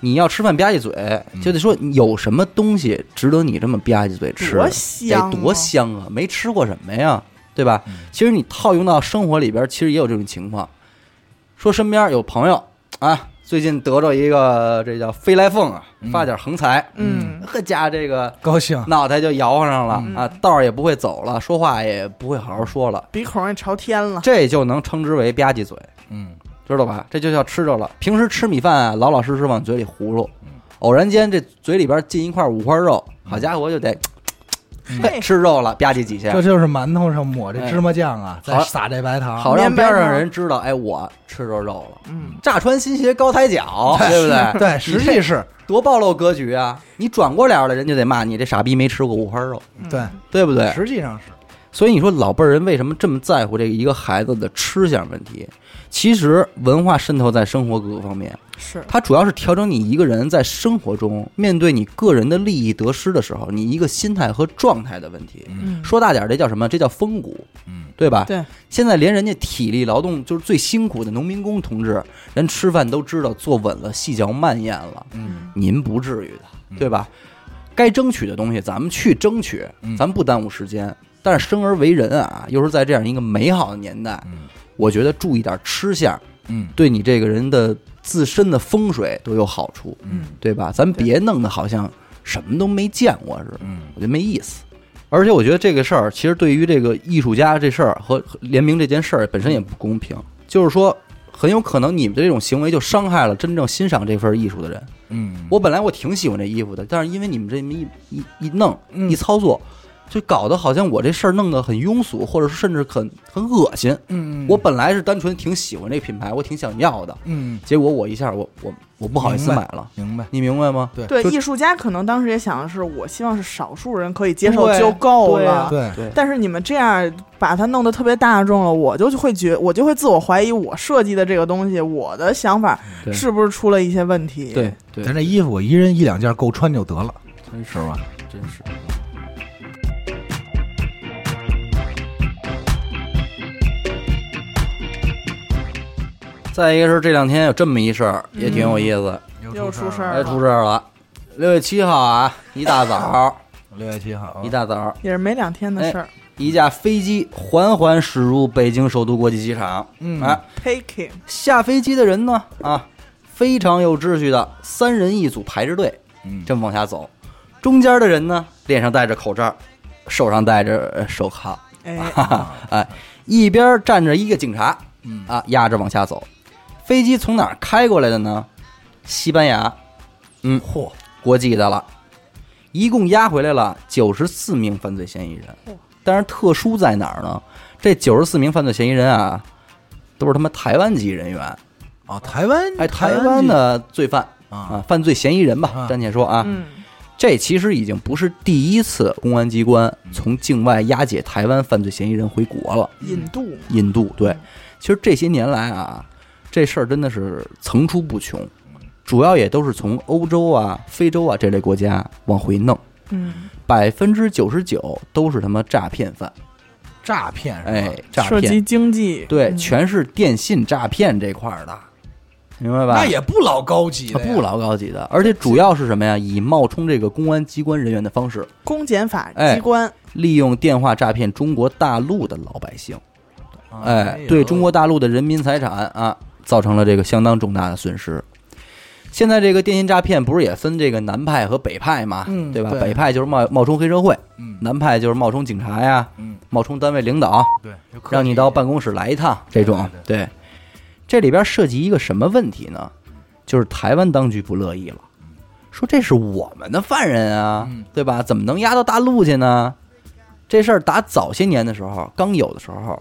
D: 你要吃饭吧唧嘴，
C: 嗯
D: 就得说有什么东西值得你这么吧唧嘴吃，
B: 多香啊
D: 哎得多香啊！没吃过什么呀，对吧？其实你套用到生活里边，其实也有这种情况。说身边有朋友啊，最近得着一个这叫飞来凤啊，发点横财，
B: 嗯，
D: 呵家这个
C: 高兴。
D: 脑袋就摇上了、啊，道儿也不会走了，说话也不会好好说了，
B: 鼻孔也朝天了，
D: 这就能称之为吧唧嘴。
C: 嗯，
D: 知道吧？这就叫吃着了。平时吃米饭啊，老老实实往嘴里葫芦，偶然间这嘴里边进一块五花肉，好家伙就得、嘿
B: 嘿
D: 吃肉了，吧唧几下
C: 这，就是馒头上抹这芝麻酱啊，
D: 哎
C: 再
D: 好
C: 撒这白糖。
D: 好让
B: 面白
D: 边上
B: 吗
D: 人知道，哎，我吃着肉了。
B: 嗯，
D: 乍穿新鞋高抬脚，对不对？
C: 对，
D: 你
C: 实
D: 这
C: 际是
D: 多暴露格局啊！你转过脸来，人就得骂你这傻逼没吃过五花肉，
B: 嗯
C: 对，
D: 对不对？
C: 实际上是
D: 所以你说老辈儿人为什么这么在乎这一个孩子的吃相问题？其实文化渗透在生活各个方面，
B: 是，
D: 它主要是调整你一个人在生活中面对你个人的利益得失的时候，你一个心态和状态的问题。
B: 嗯，
D: 说大点儿，这叫什么？这叫风骨，
C: 嗯，
D: 对吧？
B: 对，
D: 现在连人家体力劳动就是最辛苦的农民工同志，人吃饭都知道坐稳了，细嚼慢咽了。
C: 嗯，
D: 您不至于的，对吧？该争取的东西咱们去争取，咱们不耽误时间。但是生而为人啊，又是在这样一个美好的年代，我觉得注意点吃相，
C: 嗯，
D: 对你这个人的自身的风水都有好处，
B: 嗯，
D: 对吧？咱别弄得好像什么都没见过似的，
C: 嗯，
D: 我觉得没意思。而且我觉得这个事儿，其实对于这个艺术家这事儿和和联名这件事儿本身也不公平，就是说，很有可能你们的这种行为就伤害了真正欣赏这份艺术的人。
C: 嗯，
D: 我本来我挺喜欢这衣服的，但是因为你们这么一一一弄
C: 嗯
D: 一操作，就搞得好像我这事儿弄得很庸俗，或者是甚至很很恶心。
C: 嗯
D: 我本来是单纯挺喜欢这品牌，我挺想要的，
C: 嗯，
D: 结果我一下我我我不好意思
C: 明白
D: 买了，
C: 明白。
D: 你明白吗？
C: 对
B: 对，
D: 就
B: 艺术家可能当时也想的是，我希望是少数人可以接受
D: 对
B: 就够
D: 对啊
B: 了，
C: 对，
D: 对
B: 但是你们这样把它弄得特别大众了，我就会觉，我就会自我怀疑，我设计的这个东西，我的想法
D: 对
B: 是不是出了一些问题？，
D: 对对
C: 咱，这衣服我一人一两件够穿就得了，
D: 真
C: 是吧？
D: 真是。再一个是这两天有这么一事儿，也挺有意思，
B: 又出事
C: 嗯
B: 儿
D: 哎，
B: 了，
D: 出事儿了。六月七号啊，一大早，
C: 六月七号啊
D: 一大早，
B: 也是没两天
D: 哎
B: 的事儿。
D: 一架飞机缓缓驶入北京首都国际机场。
C: 嗯
D: 哎，
B: Taking，
D: 下飞机的人呢，啊，非常有秩序的三人一组排着队，
C: 嗯
D: 这么往下走。中间的人呢，脸上戴着口罩，手上戴着呃手铐，
B: 哎，
D: 哈哈，哎，一边站着一个警察，
C: 啊嗯
D: 啊，压着往下走。飞机从哪儿开过来的呢？西班牙
C: 嚯，
D: 国际的了，一共押回来了九十四名犯罪嫌疑人。但是特殊在哪儿呢？这九十四名犯罪嫌疑人啊，都是他妈台湾籍人员。
C: 啊，台湾
D: 哎，台
C: 湾
D: 湾的罪犯
C: 啊，
D: 啊，犯罪嫌疑人吧
C: 啊，
D: 暂且说啊，
B: 嗯，
D: 这其实已经不是第一次公安机关从境外押解台湾犯罪嫌疑人回国了。
B: 引渡，
D: 印度对，其实这些年来啊，这事儿真的是层出不穷。主要也都是从欧洲啊、非洲啊这类国家往回弄，
B: 嗯，
D: 百分之九十九都是他妈诈骗犯，
C: 诈骗是吧？
D: 哎，诈
B: 涉及
D: 骗，
B: 经济，
D: 对，
B: 嗯
D: 全是电信诈骗这块儿的，明白吧？
C: 那也不老高级
D: 啊
C: 的呀，
D: 不老高级的，而且主要是什么呀？以冒充这个公安机关人员的方式，
B: 公检法
D: 哎
B: 机关，
D: 利用电话诈骗中国大陆的老百姓，
C: 啊
D: 哎，
C: 呦
D: 对中国大陆的人民财产啊，造成了这个相当重大的损失。现在这个电信诈骗不是也分这个南派和北派嘛，
C: 嗯
D: 对吧？
C: 对
D: 北派就是冒冒充黑社会，
C: 嗯
D: 南派就是冒充警察呀，
C: 嗯，
D: 冒充单位领导，
C: 对，有科技
D: 让你到办公室来一趟，这种对这里边涉及一个什么问题呢？就是台湾当局不乐意了，说这是我们的犯人啊
C: 嗯，
D: 对吧？怎么能押到大陆去呢？这事儿打早些年的时候，刚有的时候，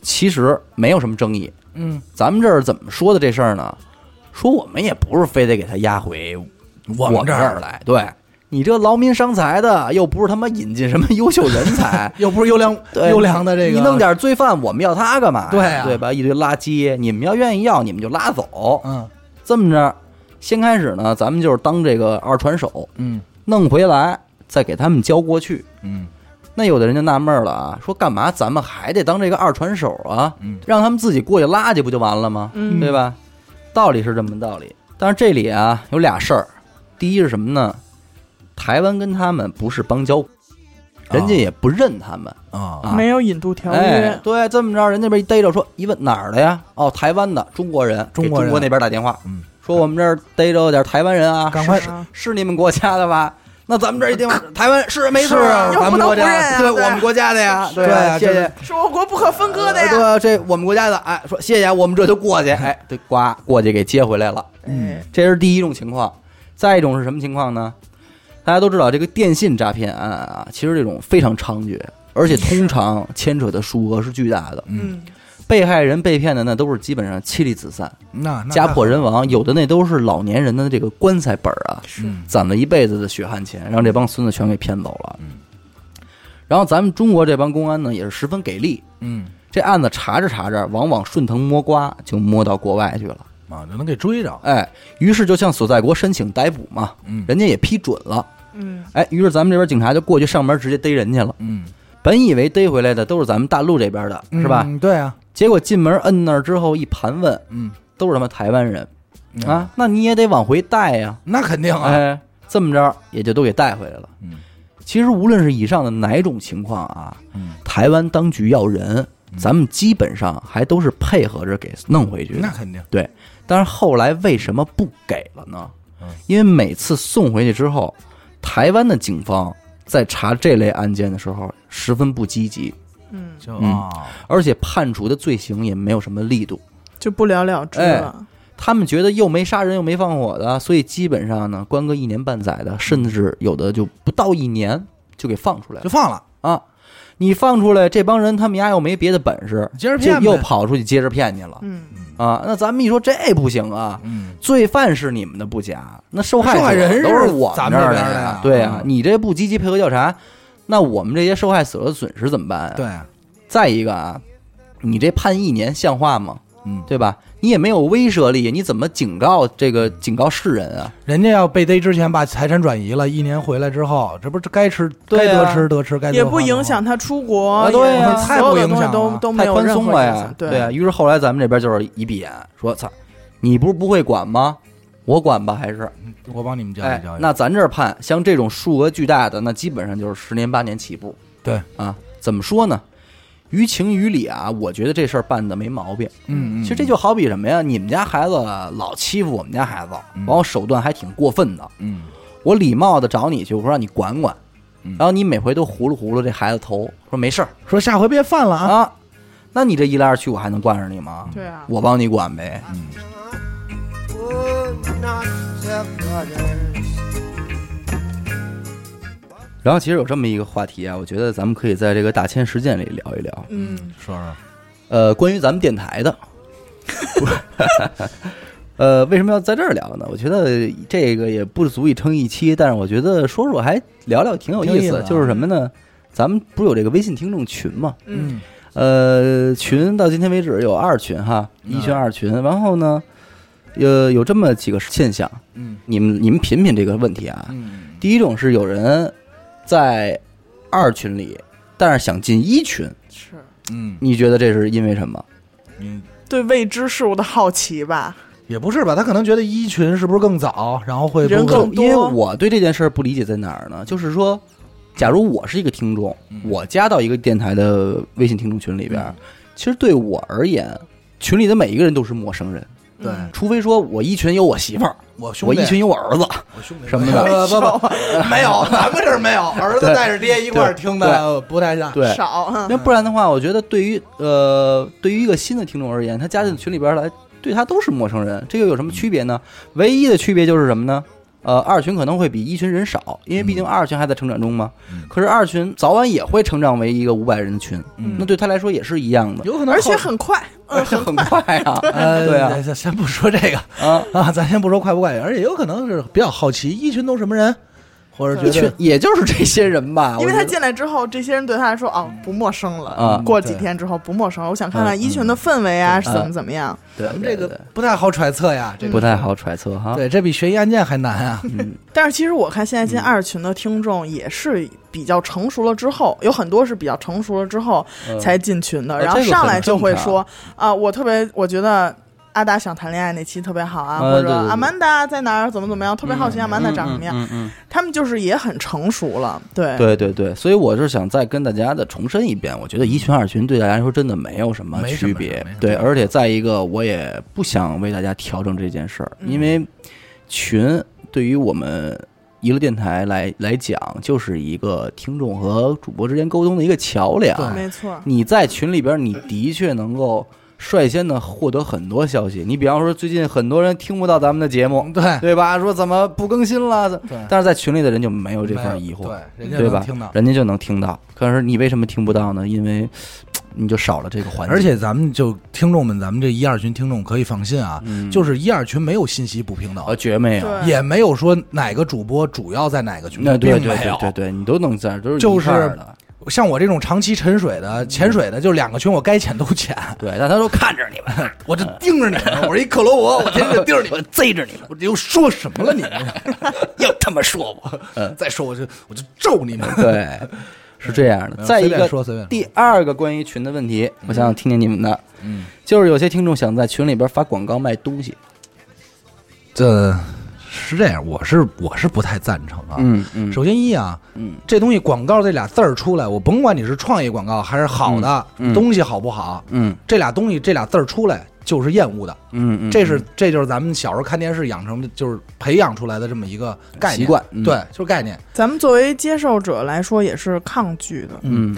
D: 其实没有什么争议。
C: 嗯，
D: 咱们这儿怎么说的这事儿呢？说我们也不是非得给他押回
C: 我
D: 们
C: 们这
D: 儿
C: 儿
D: 来，对你这劳民伤财的，又不是他妈引进什么优秀人才，
C: 又不是优良
D: 对
C: 优良的这个，
D: 你弄点罪犯，我们要他干嘛呀？
C: 对啊
D: 对吧？一堆垃圾，你们要愿意要，你们就拉走。
C: 嗯
D: 这么着，先开始呢，咱们就是当这个二传手，
C: 嗯
D: 弄回来，再给他们交过去。
C: 嗯
D: 那有的人就纳闷了啊，说干嘛咱们还得当这个二传手啊？
C: 嗯
D: 让他们自己过去拉去不就完了吗？
B: 嗯
D: 对吧？道理是这么道理，但是这里啊有俩事儿，第一是什么呢？台湾跟他们不是邦交，人家
C: 哦
D: 也不认他们。
C: 啊
D: 啊
B: 没有引渡条
D: 哎
B: 约，，
D: 对，这么着，人那边一逮着说，一问哪儿的呀？哦，台湾的，中国人，
C: 中
D: 给
C: 国人
D: 中国那边打电话，
C: 嗯，
D: 说我们这儿逮着点台湾人啊，
C: 赶快
D: 是
B: 啊
D: 是你们国家的吧？那咱们这儿一电话，台湾是没错
C: 是啊
B: 又
D: 咱
B: 不
D: 们
B: 能
D: 国
B: 不认
D: 家，
B: 啊
D: 对
B: 对
D: 我们国家的呀，
C: 对
D: 啊，
C: 啊
D: 谢
C: 就
D: 谢
C: 是。
B: 是我国不可分割的
D: 呃
B: 呀，
D: 对，这我们国家的，哎，说谢谢，我们这就过去，哎，对，呱，过去给接回来了，
B: 嗯，
D: 这是第一种情况。再一种是什么情况呢？大家都知道，这个电信诈骗案啊，其实这种非常猖獗，而
C: 嗯
D: 且通常牵扯的数额是巨大的。
B: 嗯，
D: 被害人被骗的那都是基本上妻离子散、
C: 那那
D: 家破人亡，有的那都是老年人的这个棺材本儿啊，
B: 是
C: 嗯
D: 攒了一辈子的血汗钱，让这帮孙子全给骗走了
C: 嗯。
D: 然后咱们中国这帮公安呢，也是十分给力，
C: 嗯
D: 这案子查着查着，往往顺藤摸瓜就摸到国外去了。
C: 啊，就能给追着，
D: 哎，于是就向所在国申请逮捕嘛，
C: 嗯
D: 人家也批准了。
B: 嗯，
D: 哎，于是咱们这边警察就过去上门直接逮人去了。
C: 嗯
D: 本以为逮回来的都是咱们大陆这边的，是吧？
C: 嗯对啊，
D: 结果进门摁那儿之后一盘问，
C: 嗯
D: 都是他妈台湾人
C: 嗯
D: 啊，那你也得往回带呀、
C: 那肯定啊，
D: 哎，这么着也就都给带回来了。
C: 嗯
D: 其实无论是以上的哪种情况啊，
C: 嗯，
D: 台湾当局要人，咱们基本上还都是配合着给弄回去
C: 那
D: 的。
C: 肯定，
D: 对，但是后来为什么不给了呢
C: 嗯？
D: 因为每次送回去之后，台湾的警方在查这类案件的时候十分不积极，
B: 嗯，
C: 就
D: 嗯
C: 啊，
D: 而且判处的罪行也没有什么力度。
B: 就不了了之
D: 哎
B: 了，
D: 他们觉得又没杀人又没放火的，所以基本上呢，关个一年半载的，甚至有的就不到一年就给放出来
C: 就
D: 了
C: 放了，
D: 啊！你放出来，这帮人他们家又没别的本事，
C: 接着
D: 就
C: 骗呗
D: 又跑出去接着骗去了
B: 嗯，
D: 啊！那咱们一说这不行啊，
C: 嗯
D: 罪犯是你们的不假，那受害者
C: 受害人是
D: 都是我
C: 咱
D: 这
C: 们
D: 儿
C: 这边的
D: 呀
C: 呀，
D: 对呀，
C: 嗯
D: 你这不积极配合调查，那我们这些受害者的损失怎么办啊？
C: 对，啊，
D: 再一个啊，你这判一年像话吗？
C: 嗯，
D: 对吧？你也没有威慑力，你怎么警告这个警告世人啊？
C: 人家要被逮之前把财产转移了，一年回来之后，这不是该吃该
D: 对啊
C: 得吃得吃，该得
B: 也
C: 花
B: 不
C: 得花
B: 影响他出国，
D: 啊对啊
B: 也
C: 太
B: 所有的
C: 不影
B: 东西
C: 响
B: 都
C: 了
B: 都
D: 太
B: 没有
D: 宽
B: 任
D: 松
B: 何
D: 了
B: 影
D: 呀
B: 响，
D: 对啊。，于是后来咱们这边就是一闭眼，说操，你不是不会管吗？我管吧，还是
C: 我帮你们教
D: 哎
C: 育教，育。
D: 那咱这儿判像这种数额巨大的，那基本上就是十年八年起步
C: 对，
D: 啊。怎么说呢？于情于理啊，我觉得这事儿办的没毛病。
C: 嗯，嗯
D: 其实这就好比什么呀？你们家孩子老欺负我们家孩子，完我手段还挺过分的。
C: 嗯
D: 我礼貌的找你去，我说让你管管，
C: 嗯
D: 然后你每回都糊噜糊噜这孩子头，说没事儿
C: 说下回别犯了啊。
D: 啊，那你这一来二去我还能惯着你吗？
B: 对啊
D: 我帮你管呗。
E: would not have others.
D: 然后其实有这么一个话题啊，我觉得咱们可以在这个大千世界里聊一聊，
B: 嗯，
C: 说说，
D: 呃，关于咱们电台的。 呃，为什么要在这儿聊呢？我觉得这个也不足以称一期，但是我觉得说说还聊聊挺有
C: 挺有
D: 意
C: 意
D: 思
C: 思
D: 的。
C: 啊
D: 就是什么呢？咱们不是有这个微信听众群吗？
B: 嗯，
C: 嗯
D: 呃，群到今天为止有二群哈，一群、二群，然后呢，呃，有这么几个现象，
C: 嗯
D: 你们你们品品这个问题啊。
C: 嗯
D: 第一种是有人在二群里，但是想进一群，
B: 是
C: 嗯
D: 你觉得这是因为什么？
C: 嗯，
B: 对未知事物的好奇吧？
C: 也不是吧？他可能觉得一群是不是更早，然后会
B: 人
C: 不会
B: 更多
D: 因为我对这件事儿不理解在哪儿呢？就是说，假如我是一个听众，
C: 嗯
D: 我加到一个电台的微信听众群里边儿，其实对我而言，群里的每一个人都是陌生人，
C: 对
B: 嗯
D: 除非说我一群有我媳妇儿，
C: 我兄
D: 我
C: 弟，
D: 一群有我儿子，
C: 我兄弟
D: 什么的
C: 不不不，没有， 咱们这儿没有，儿子
D: 对
C: 带着爹一块儿听的不太像。
D: 对。
B: 少，嗯
D: 那不然的话，我觉得对于呃，对于一个新的听众而言，他加进群里边儿来，对他都是陌生人，这个有什么区别呢？唯一的区别就是什么呢？呃，二群可能会比一群人少，因为毕竟二群还在成长中嘛。
C: 嗯
D: 可是二群早晚也会成长为一个五百人的群，
C: 嗯
D: 那对他来说也是一样的，
C: 有可能
B: 而且
C: 后
B: 很快，嗯
D: 而且 很快啊，
C: 呃，
D: 对啊，
C: 先先不说这个
D: 啊，
C: 啊，咱先不说快不快，而且有可能是比较好奇，一群都什么人，或者
D: 一群
C: 觉得
D: 也就是这些人吧，
B: 因为
D: 啊我觉
B: 他
D: 得
B: 进来之后，这些人对他来说哦不陌生了。
D: 啊
B: 过几天之后不陌生了，我想看看
D: 嗯
B: 一群的氛围啊，是
D: 嗯
B: 怎么怎么样？
D: 对
C: 咱们
D: 对
C: 这个
D: 对
C: 不太好揣测呀，这
D: 不太好揣测哈，
C: 对，这比悬疑案件还难啊。
D: 嗯，
B: 但是其实我看现在进二群的听众也是比较成熟了之后，有很多是比较成熟了之后
D: 嗯
B: 才进群的，
D: 呃
B: 然后
D: 这个
B: 上
D: 很
B: 来就
D: 正
B: 会
D: 常
B: 说啊，我特别我觉得。阿达想谈恋爱那期特别好啊，
D: 呃
B: 或
D: 对对
B: 者
D: 对
B: 阿曼达在哪儿，怎么怎么样，特别好奇阿曼达长什么样。
D: 嗯嗯，
B: 他们就是也很成熟了，
C: 哎
B: 对，
D: 对对对，所以我是想再跟大家的重申一遍，我觉得一群二群对大家来说真的没有什么
C: 嗯没什么
D: 区别
C: 没什么，
D: 对，而且再一个，我也不想为大家调整这件事儿，
C: 嗯
D: 因为群对于我们。娱乐电台来来讲，就是一个听众和主播之间沟通的一个桥梁。
C: 对
B: 没错，
D: 你在群里边，你的确能够率先的获得很多消息。你比方说，最近很多人听不到咱们的节目，
C: 对
D: 对吧？说怎么不更新了？但是在群里的人就没有这份疑惑，
C: 嗯对，人家
D: 对
C: 能
D: 吧
C: 听到？。
D: 人家就能听到。可是你为什么听不到呢？因为嘖你就少了这个环节。
C: 而，且咱们就听众们，咱们这一二群听众可以放心啊，
D: 嗯
C: 就是一二群没有信息不平等
D: 呃，，绝没有。
B: 对
C: 也没有说哪个主播主要在哪个群，
D: 那对
C: 并
D: 对
C: 没
D: 对
C: 有。
D: 对对，你都能在，都是
C: 就
D: 一块儿
C: 是
D: 的。嗯
C: 像我这种长期沉水的、潜水的，就两个群，我该潜都 潜，
D: 对，但他都看着你 们，
C: 我这盯着你们，我是一克罗俄，我天天就盯着你们，
D: 我贼着你们，
C: 我这又说什么 了？你们嗯
D: 又他妈说我。
C: 再说我就我就咒你们。
D: 对，是这样的。
C: 嗯
D: 再一
C: 随便
D: 个
C: 说随便，说
D: 第二个关于群的问题，我想想听听你们的，
C: 嗯，
D: 就是有些听众想在群里边发广告卖东西，
C: 这是这样，我是我是不太赞成啊。
D: 嗯嗯
C: 首先一啊，
D: 嗯，
C: 这东西广告这俩字儿出来，我甭管你是创意广告还是好的、
D: 嗯嗯
C: 东西好不好，
D: 嗯
C: 这俩东西这俩字儿出来就是厌恶的，
D: 嗯嗯，
C: 这是这就是咱们小时候看电视养成的，就是培养出来的这么一个概念
D: 习惯嗯
C: 对，就是概念，
B: 咱们作为接受者来说也是抗拒的，
D: 嗯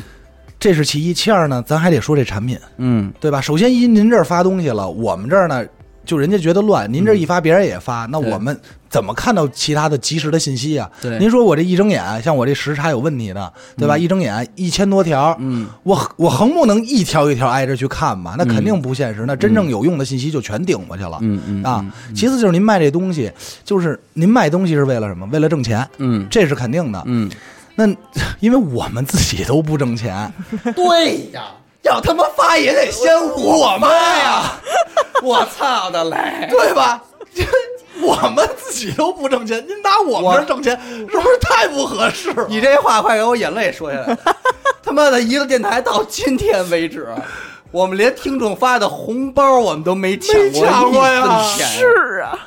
C: 这是其一。其二呢，咱还得说这产品，
D: 嗯
C: 对吧？首先一您这儿发东西了，我们这儿呢。就人家觉得乱，您这一发，别人也发，那
D: 嗯对
C: 我们怎么看到其他的及时的信息啊？
D: 对
C: 您说我这一睁眼，像我这时差有问题的，对吧？一睁眼一千多条，
D: 嗯
C: 我我横不能一条一条挨着去看吧，那肯定不现实。那真正有用的信息就全顶过去了、
D: 嗯嗯
C: 啊。其次就是您卖这东西，就是您卖东西是为了什么？为了挣钱，
D: 嗯
C: 这是肯定的。
D: 嗯，
C: 那因为我们自己都不挣钱，
D: 对呀，要他妈发也得先我妈呀！ 我操的嘞！
C: 对吧？ 我们自己都不挣钱，您拿我们这儿挣钱，是不是太不合适了？
D: 你这话快给我眼泪说下来 了！他妈的，一个电台到今天为止，我们连听众发的红包我们都没抢过
C: 没抢过呀
D: 一分钱。
B: 是啊，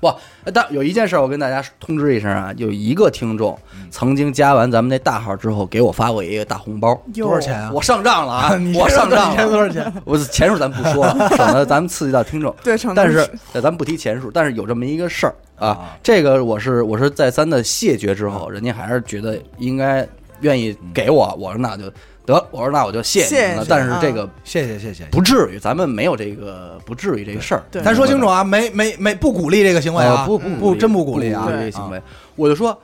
D: 不，但有一件事我跟大家通知一声啊，有一个听众曾经加完咱们那大号之后，给我发过一个大红包，
B: 哟
C: 多少钱啊？
D: 我上账了啊
C: 你，
D: 我上账
C: 一天多
D: 了。
C: 少钱？
D: 我钱数咱不说 了，省得咱们刺激到听众。
B: 对省得
D: 但是
B: 是
D: 呃咱们不提钱数，但是有这么一个事儿啊，这个我是我是再三的谢绝之后，人家还是觉得应该愿意给我，我说那就得，我说那我就谢
B: 嗯谢
D: 谢你
B: 谢啊
D: 了。但是这个
C: 谢谢谢谢。
D: 不至于，咱们没有这个不至于这个事儿
B: 对，
C: 咱说清楚啊，没没没不鼓励这个行为啊，
D: 呃不
C: 不
D: 不
C: 真不
D: 不
C: 鼓励啊，
D: 这个行为。我就说，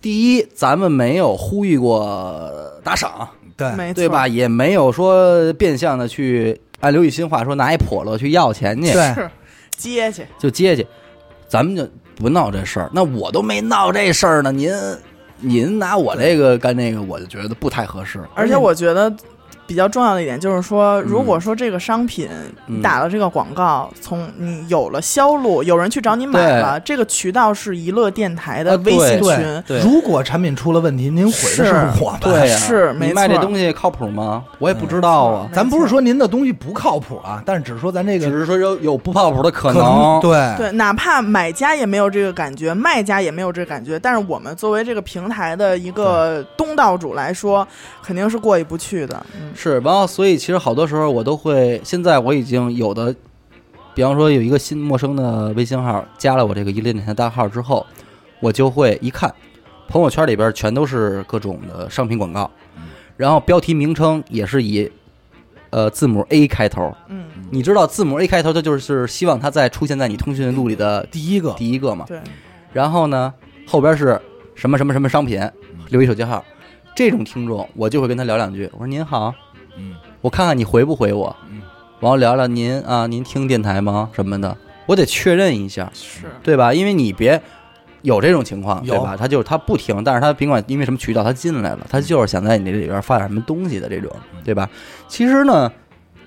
D: 第一，咱们没有呼吁过打赏，
C: 对，
B: 没错，
D: 哎对吧？？也没有说变相的去按刘雨欣话说拿一笸箩去要钱去，
C: 对
B: 是接去，
D: 就接去，咱们就不闹这事儿。那我都没闹这事儿呢，您您拿我这个干这个，我就觉得不太合适。
B: 而且我觉得。比较重要的一点就是说，如果说这个商品
D: 嗯
B: 打了这个广告，从你有了销路，有人去找你买了，这个渠道是娱乐电台的
D: 啊
B: 微信
C: 对
B: 群，
D: 对
C: 如果产品出了问题，您毁的
B: 是
C: 我们。
D: 对哎呀、
B: 是没
D: 你卖这
B: 错
D: 东西靠谱吗？我也不知道啊，
C: 咱不是说您的东西不靠谱啊，但是只是说咱这
D: 只
C: 个
D: 是说有有不靠谱的可
C: 可
D: 能。
C: 对
B: 对，哪怕买家也没有这个感觉，卖家也没有这个感觉，但是我们作为这个平台的一个东道主来说，肯定是过意不去的。嗯，
D: 是，然后所以其实好多时候我都会，现在我已经有的，比方说有一个新陌生的微信号加了我这个一恋电台大号之后，我就会一看朋友圈里边全都是各种的商品广告，然后标题名称也是以呃字母 A 开头，
B: 嗯，
D: 你知道字母 A 开头，它就是希望它在出现在你通讯录里的
C: 第一个
D: 第一个嘛。
B: 对，
D: 然后呢，后边是什么什么什么商品，留一手机号。这种听众，我就会跟他聊两句，我说您好，
C: 嗯，
D: 我看看你回不回我，
C: 嗯，
D: 然后聊聊您啊，您听电台吗？什么的，我得确认一下，
B: 是
D: 对吧？因为你别有这种情况，
C: 有
D: 对吧？他就是他不听，但是他甭管因为什么渠道他进来了，
C: 嗯
D: 他就是想在你这里边发点什么东西的这种，对吧？其实呢，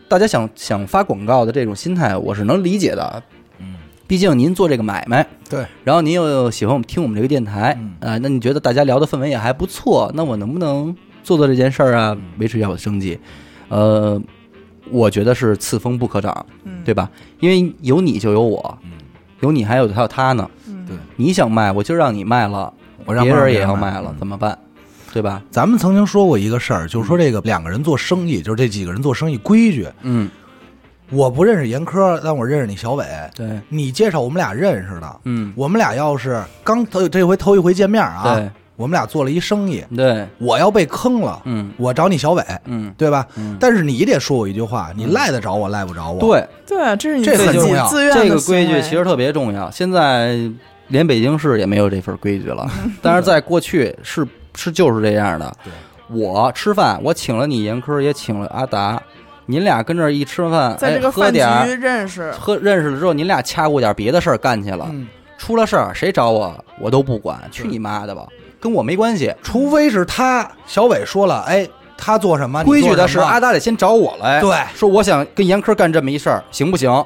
D: 大家想想发广告的这种心态，我是能理解的。
C: 嗯，
D: 毕竟您做这个买卖，
C: 对，
D: 然后您又喜欢我们听我们这个电台啊、
C: 嗯
D: 那你觉得大家聊的氛围也还不错，那我能不能做做这件事儿
C: 嗯
D: 啊，维持一下我的生计？呃，我觉得是此风不可长，
B: 嗯，
D: 对吧？因为有你就有我，
C: 嗯
D: 有你还有还有他呢。
B: 嗯，
C: 对
D: 你想卖，我就让你卖了，
C: 我让
D: 别
C: 慢慢
D: 人也要
C: 慢慢
D: 卖了，
C: 嗯
D: 怎么办？对吧？
C: 咱们曾经说过一个事儿，就是说这个两个人做生意，就是这几个人做生意规矩。
D: 嗯，
C: 我不认识严科，但我认识你小伟，
D: 对，
C: 你介绍我们俩认识的。
D: 嗯，
C: 我们俩要是刚头这回头一回见面啊，
D: 对
C: 我们俩做了一生意，
D: 对，
C: 我要被坑了，
D: 嗯
C: 我找你小伟，
D: 嗯，
C: 对吧？
D: 嗯
C: 但是你也得说我一句话，你赖得着我，赖不着我。，
D: 对，
B: 对，这是你
C: 这
B: 自
C: 啊很重
B: 己
C: 要
B: 自愿的
D: 这个
B: 行
D: 规矩
B: 为
D: 其实特别重要。现在连北京市也没有这份规矩了，
C: 嗯
D: 但是在过去是是就是这样的
C: 对。
D: 我吃饭，我请了你严科，也请了阿达，您俩跟这儿一吃饭，
B: 在这个
D: 哎、喝
B: 饭
D: 点
B: 局
D: 儿，
B: 认识，
D: 喝认识了之后，您俩掐过点别的事儿干去了。
C: 嗯，
D: 出了事儿谁找我，我都不管，去你妈的吧，跟我没关系。
C: 除非是他小伟说了，哎，他做什么？你
D: 规矩
C: 做
D: 的
C: 什
D: 是
C: 么
D: 阿达得先找我来，
C: 对嗯
D: 说我想跟严科干这么一事儿，行不行？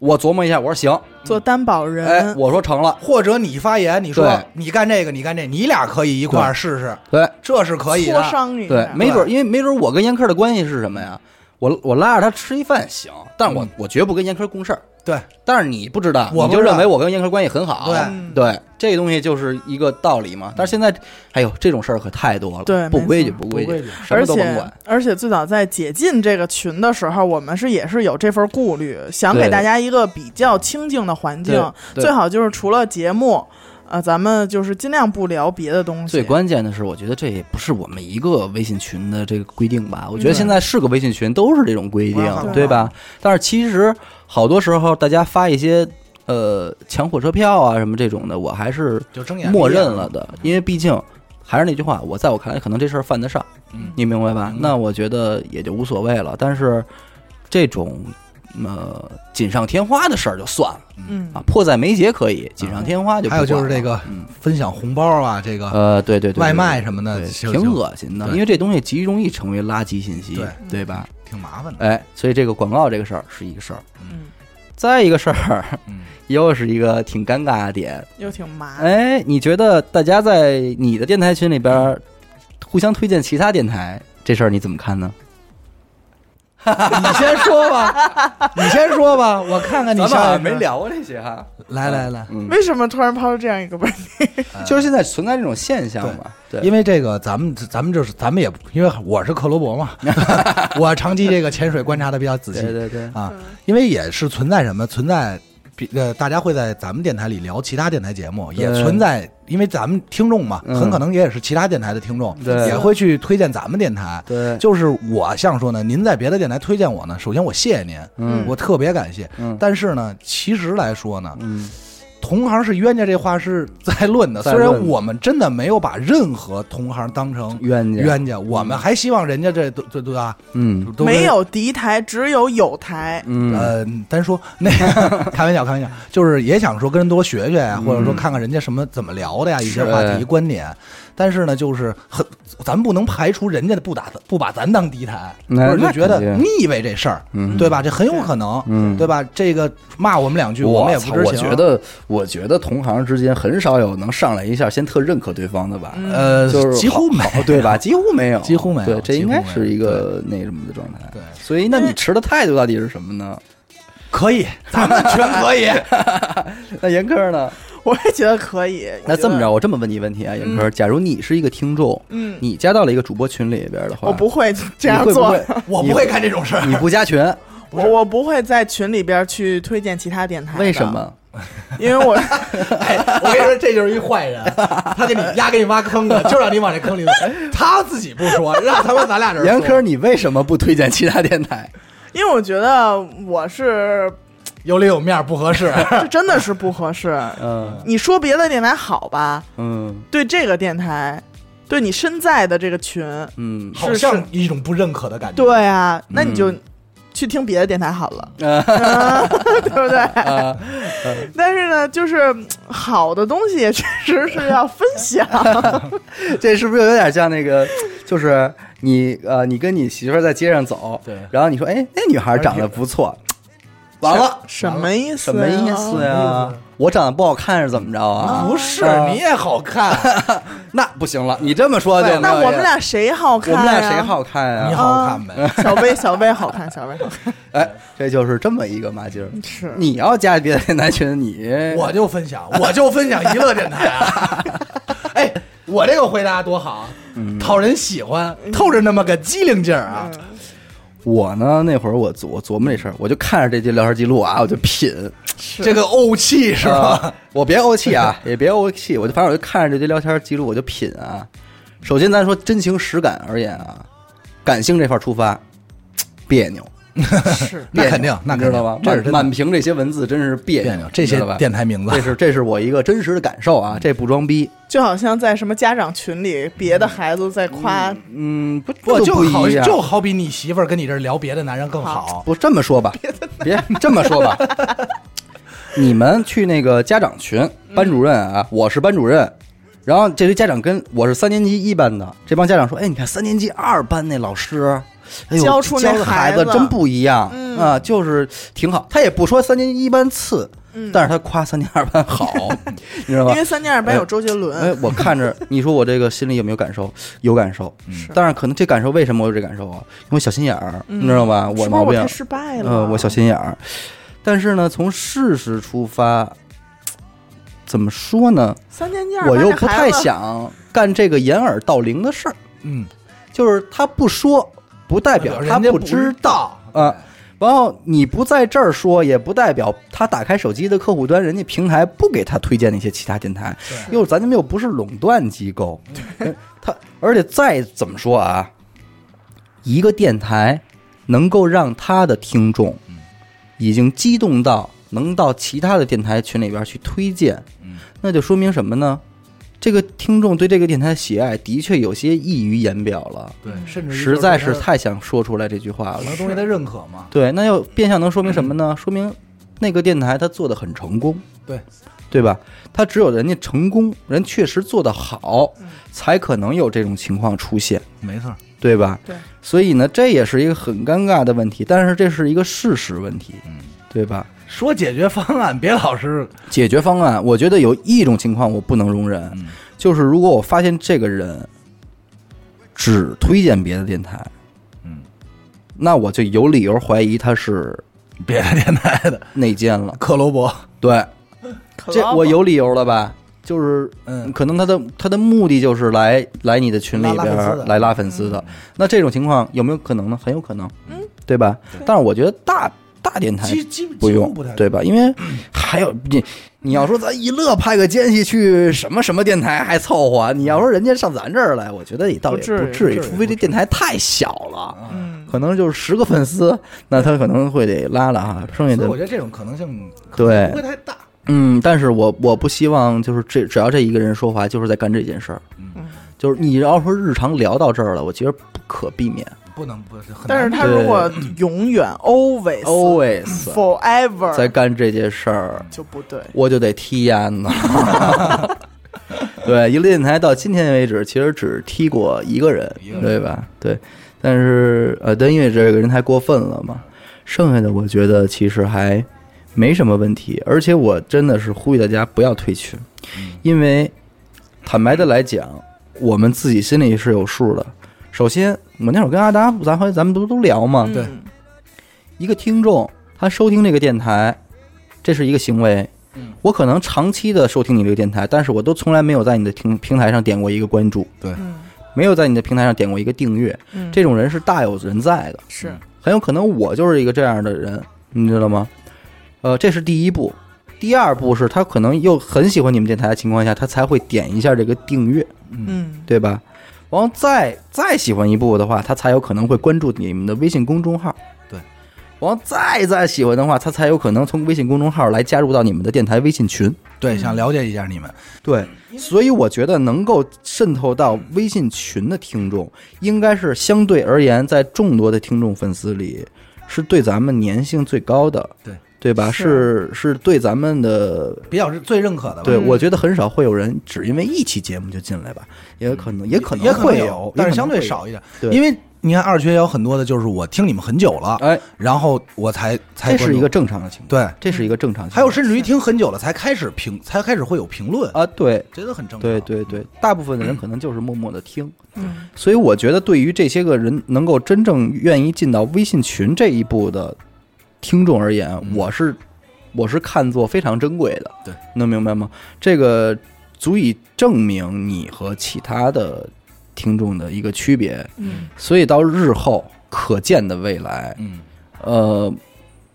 D: 我琢磨一下，我说行，
B: 做担保人，
D: 哎，我说成了，
C: 或者你发言，你说
D: 对
C: 你干这个，你干这个，你俩可以一块儿试试，
D: 对
C: 这是可以
B: 磋
C: 的。
B: 商一下，
D: 对，没准儿因为没准儿我跟严科的关系是什么呀？我我拉着他吃一饭行，但我、
C: 嗯
D: 我绝不跟严科共事儿。
C: 对，
D: 但是你不知道，
C: 我
D: 你
C: 不
D: 就
C: 知道
D: 认为我跟严科关系很好，
C: 对
B: 嗯
D: 对，这东西就是一个道理嘛。但是现在，哎呦，这种事儿可太多了，
B: 对
D: 不规矩，
B: 没错
D: 不规
C: 不规
D: 矩
C: 矩，
D: 什
B: 而
D: 么都甭
B: 且
D: 管。
B: 而且最早在解禁这个群的时候，我们是也是有这份顾虑，想给
D: 对
B: 大家一个比较清静的环境，
D: 对对
B: 最好就是除了节目，呃，咱们就是尽量不聊别的东西。
D: 最关键的是，我觉得这也不是我们一个微信群的这个规定吧？我觉得现在是个微信群，都是这种规定，
C: 嗯
D: 对吧？但是其实好多时候，大家发一些呃抢火车票啊什么这种的，我还是
C: 就睁眼
D: 默认了的，因为毕竟还是那句话，我在我看来，可能这事儿犯得上，
C: 嗯
D: 你明白吧？那我觉得也就无所谓了。但是这种呃锦上添花的事儿就算了
B: 嗯，
D: 啊，迫在眉睫可以，锦上添花就不
C: 还有就是
D: 管了
C: 这个
D: 嗯
C: 分享红包啊，这个
D: 呃，对对对，对
C: 外卖什么的，
D: 对，
C: 就
D: 挺
C: 就
D: 恶心的，
C: 对
D: 因为这东西极容易成为垃圾信息，
C: 对
D: 对吧？
C: 挺麻烦的。
D: 哎，所以这个广告这个事儿是一个事儿，
B: 嗯，
D: 再一个事儿
C: 嗯，
D: 又是一个挺尴尬的点。
B: 又挺麻烦。
D: 哎，你觉得大家在你的电台群里边儿互相推荐其他电台这事儿你怎么看呢？
C: 你先说吧， 你先说吧，我看看你
D: 咱们好
C: 下
D: 像没。聊过这些哈，
C: 来来来，
D: 嗯，
B: 为什么突然抛出这样一个问题？
C: 嗯
D: 就是现在存在这种现象嘛，对，
C: 因为这个咱们咱们就是咱们也因为我是克罗伯 嘛，我长期这个潜水观察的比较仔细
D: 对对对，
C: 啊，因为也是存在什么存在。比呃，大家会在咱们电台里聊其他电台节目，也
D: 对
C: 存在，因为咱们听众嘛，
D: 嗯
C: 很可能也是其他电台的听众，
D: 对
C: 也会去推荐咱们电台。
D: 对
C: 就是我想说呢，您在别的电台推荐我呢，首先我谢谢您，
D: 嗯
C: 我特别感谢。
D: 嗯
C: 但是呢，其实来说呢，
D: 嗯
C: 同行是冤家这话是在论的，
D: 在
C: 虽
D: 论
C: 然我们真的没有把任何同行当成
D: 冤家，
C: 冤家，我们还希望人家这都这对吧？
D: 嗯
C: 都跟
B: 没有敌台，只有友台。
D: 嗯，
C: 呃，单说那个 开玩笑，开玩笑，就是也想说跟人多学学呀，或者说看看人家什么怎么聊的呀，一些话题
D: 嗯是
C: 观点。但是呢，就是很，咱不能排除人家的不打不把咱当敌台，
D: 那
C: 或者就觉得
D: 那肯定
C: 你以为这事儿，
D: 嗯
C: 对吧？这很有可能，
D: 嗯
C: 对吧？这个骂我们两句，我们也
D: 操
C: 不知
D: 我
C: 情。啊
D: 觉得，我觉得同行之间很少有能上来一下先特认可对方的吧，
C: 呃，
D: 就是
C: 几乎没
D: 好好对吧？ 几乎没有，
C: 几乎没有
D: 对，这
C: 几
D: 应
C: 乎
D: 该
C: 没有
D: 是一个那什么的状态。
C: 对
D: 所以那你持的态度到底是什么呢？
C: 可以，咱们全 可以。
D: 那严科呢？
B: 我也觉得可以。
D: 那这么
B: 我觉得
D: 着，，我这么问你一个问题啊，严科，假如你是一个听众，
B: 嗯，
D: 你加到了一个主播群里边的话，
B: 我不会这样
D: 你会不
B: 做，
D: 会
C: 我不会干这种事儿，
D: 你不加 群，
B: 我我不会在群里边去推荐其他电台。
D: 为什？么？
B: 因为我
C: 哎，我跟你说，这就是一 坏人，他给你压给你挖坑了，就让你往这坑里走。他自己不说，让他妈咱俩人
D: 哎严科，你为什么不推荐其他电台？
B: 因为我觉得我是
C: 有里有面不合适。
B: 这真的是不合适。
D: 嗯
B: 你说别的电台好吧？
D: 嗯
B: 对这个电台，对你身在的这个群，
D: 嗯，
C: 好像一种不认可的感觉。
B: 对啊，那你就去听别的电台好 了，对不对？ 但是呢，就是嗯好的东西确实是要分 享，
D: 这是不是有点像那个？就是你呃，你跟你媳妇儿在街上走，
C: 对
D: 然后你说，哎，那女孩长得不错，完了，
B: 什么意思？啊
D: 什啊么意思？呀？我长得不好看是怎么着啊？
C: 不是，你也好看，
D: 那不行了，你这么说就
B: 哦那我们俩谁好看
D: 哎
B: 啊
D: 我
B: 呀？
D: 们俩谁好看哎啊呀、
C: 你好看呗。
B: 小薇， 小薇好看，小薇好看
D: 哎，这就是这么一个麻筋儿。
B: 是。
D: 你要加别的电台群，你
C: 我就分享，我就分享娱乐电 台啊。哎，我这个回答多好，啊
D: 嗯
C: 讨人喜欢，透着那么个机灵劲儿啊。
D: 我呢？那会儿我琢我琢磨这事儿，我就看着这些聊天记录啊，我就 品，
C: 这个怄气是吧？
D: 啊我别怄气啊，也别怄气，我就反正我就看着这些聊天记录，我就品啊。首先，咱说真情实感而言啊，感性这块儿出发，别扭，
B: 是
C: 那
D: 别扭
C: 肯定那
D: 你
C: 肯定
D: 知道吧？
C: 这是
D: 满
C: 真的
D: 满屏这些文字真是别
C: 别
D: 扭，
C: 扭，这
D: 你
C: 些
D: 知道吧
C: 电台嗯名字
D: 这是这是我一个真实的感受啊，这不装逼。
B: 就好像在什么家长群里，别的孩子在夸，
D: 嗯，不
C: 不
D: 这
C: 就
D: 不一
C: 好
D: 样
C: 就好比你媳妇儿跟你这儿聊别的男人更好。
D: 不这么说吧，别这么 说吧，你们去那个家长群，班主任啊，我是班主任。然后这堆家长跟我是三年级一班的，这帮家长说：“哎，你看三年级二班那老师，哎呦，
B: 教
D: 教
B: 出那
D: 的
B: 孩
D: 孩
B: 子
D: 真不一样、
B: 嗯
D: 啊，就是挺好。他也不说三年级一班次，
B: 嗯
D: 但是他夸三年二班 好，你知道吧
B: 因为？三年二班有周杰伦，
D: 哎，我看着你说我这个心里有没有感受？有感受，
B: 是
D: 但是可能这感受为什么我有这感受啊？因为小心眼儿，
B: 嗯
D: 你知道吧？
B: 是不是
D: 毛
B: 我
D: 病
B: 太，失败了，
D: 呃，我小心眼儿。但是呢，从事实出发，怎么说呢？
B: 三年级二班
D: 我又
B: 这
D: 不
B: 孩
D: 太
B: 子
D: 想干这个掩耳盗铃的事儿。
C: 嗯，
D: 就是他不说，不代表他
C: 人家不
D: 知
C: 道
D: 啊。然后你不在这儿说，也不代表他打开手机的客户端，人家平台不给他推荐那些其他电台。又咱们又不是垄断机构，
C: 嗯
D: 呃 他而且再怎么说啊，一个电台能够让他的听众
C: 嗯
D: 已经激动到能到其他的电台群里边去推荐，
C: 嗯
D: 那就说明什么呢？这个听众对这个电台的喜爱的确有些溢于言表了，
C: 对，甚至于就是
D: 嗯实在是
C: 对他
D: 太想说出来这句话了
C: 很。多东西他认可嘛。
D: 对，那要变相能说明什么呢？说明那个电台它做的很成功，
C: 对
D: 对吧？它只有人家成功，人确实做得好，才可能有这种情况出现，
C: 没错，
D: 对吧？
B: 对。
D: 所以呢，这也是一个很尴尬的问题，但是这是一个事实问题，对吧？
C: 说解决方案，别老是
D: 解决方案，我觉得有一种情况我不能容忍，就是如果我发现这个人只推荐别的电台，
C: 嗯，
D: 那我就有理由怀疑他是
C: 别的电 台的
D: 内奸了。
C: 克罗伯，
D: 对，
B: 可
D: 这
B: 老
D: 我
B: 板
D: 有理由了吧？就是，
C: 嗯
D: 可能他的他的目的就是来来你的群里
C: 拉
D: 边
C: 拉粉丝
D: 儿
C: 的嗯
D: 来拉粉丝的。那这种情况有没有可能呢？很有可能，嗯，对吧？
B: 对
D: 但是我觉得大大电台
C: 基基
D: 不用，
C: 不太
D: 对吧？因为还有你你要说咱一乐派个奸细去什么什么电台还凑合，啊你要说人家上咱这儿来，我觉得也倒也
B: 不至于
D: 不至于，
C: 不至于
D: 除非这电台太小了，
B: 嗯
D: 可能就是十个粉丝，那他可能会得拉拉哈，剩下
C: 所以
D: 的
C: 我觉得这种可能性
D: 对
C: 不会太大。
D: 嗯，但是我我不希望就是这只要这一个人说话，就是在干这件事儿。
C: 嗯，
D: 就是你要说日常聊到这儿了，我觉得不可避免。
C: 不能不是，很
B: 但是
C: 难
B: 他如果永远 always
D: always
B: forever
D: 在干这件事儿，
B: 就不对，
D: 我就得踢烟呢。 对，一个电台到今天为止，其实只踢过一个人
C: 一个，人
D: 对吧？对，但是呃，但因为这个人太过分了嘛，剩下的我觉得其实还没什么问题。而且我真的是呼吁大家不要退群，
C: 嗯
D: 因为坦白的来讲，我们自己心里是有数的。首先，我那会儿跟阿达，咱回咱们都都聊嘛，
C: 对
B: 嗯
D: 一个听众他收听这个电台，这是一个行为。
C: 嗯
D: 我可能长期的收听你这个电台，但是我都从来没有在你的平平台上点过一个关注，
B: 嗯
D: 没有在你的平台上点过一个订阅。
B: 嗯，
D: 这种人是大有人在的，
B: 是
D: 很有可能我就是一个这样的人，你知道吗？呃，这是第一步。第二步是他可能又很喜欢你们电台的情况下，他才会点一下这个订阅，
B: 嗯
D: 对吧？然后再再喜欢一步的话，他才有可能会关注你们的微信公众号。
C: 对，
D: 然后再再喜欢的话，他才有可能从微信公众号来加入到你们的电台微信群。
C: 对，想了解一下你们，
D: 对，所以我觉得能够渗透到微信群的听众，应该是相对而言，在众多的听众粉丝里，是对咱们粘性最高的。
C: 对。
D: 对吧？是是对咱们的
C: 比较是最认可的吧。
D: 对，我觉得很少会有人只因为一期节目就进来吧，也可能也可能
C: 也可
D: 会
C: 能
D: 有，
C: 但
D: 也
C: 是
D: 可
C: 相
D: 能
C: 对
D: 会有
C: 少一点。
D: 对
C: 因为你看二群也有很多的，就是我听你们很久了，
D: 哎，
C: 然后我才才
D: 这
C: 关
D: 是
C: 注
D: 一个正常的情况，
C: 对，
D: 这是一个正常情况。
C: 还有甚至于听很久了才开始评，才开始会有评论，
D: 啊，对
C: 这都很正常。
D: 对对对，大部分的人可能就是默默的听，
B: 嗯
D: 所以我觉得对于这些个人能够真正愿意进到微信群这一步的听众而言，
C: 嗯
D: 我是我是看作非常珍贵的。
C: 对，
D: 能明白吗？这个足以证明你和其他的听众的一个区别。
B: 嗯
D: 所以到日后可见的未来，
C: 嗯，
D: 呃，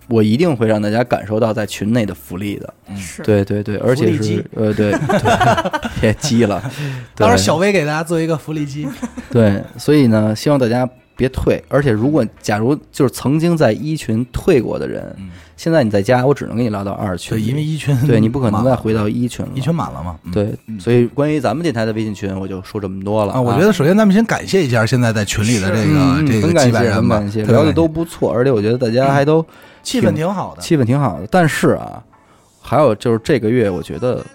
D: 我一定会让大家感受到在群内的福利的。
C: 嗯
B: 是，
D: 对对对，而
C: 福
D: 且
C: 利
D: 是
C: 机
D: 呃，对对， 别激 了。
C: 到时
D: 对
C: 候小薇给大家做一个福 利机，
D: 对，所以呢，希望大家别退。而且，如果假如就是曾经在一群退过的人，
C: 嗯
D: 现在你在家，我只能给你拉到二群
C: 对，
D: 里，
C: 因为一群
D: 对你不可能
C: 满
D: 再
C: 了
D: 回到一群了。
C: 一群满了嘛，嗯。
D: 对，
C: 嗯
D: 所以关于咱们电台的微信群，我就说这么多了
C: 啊，我觉得首先咱们先感谢一下现在在群里的这个
D: 嗯
C: 这
D: 很
C: 个
D: 感
C: 几百
D: 谢，
C: 人
D: 很
C: 吧，
D: 感谢，
C: 特别
D: 聊的
C: 感嗯
D: 都不错，而且我觉得大家还都
C: 气氛挺好的，
D: 气氛挺好的。但是啊，还有就是这个月，我觉得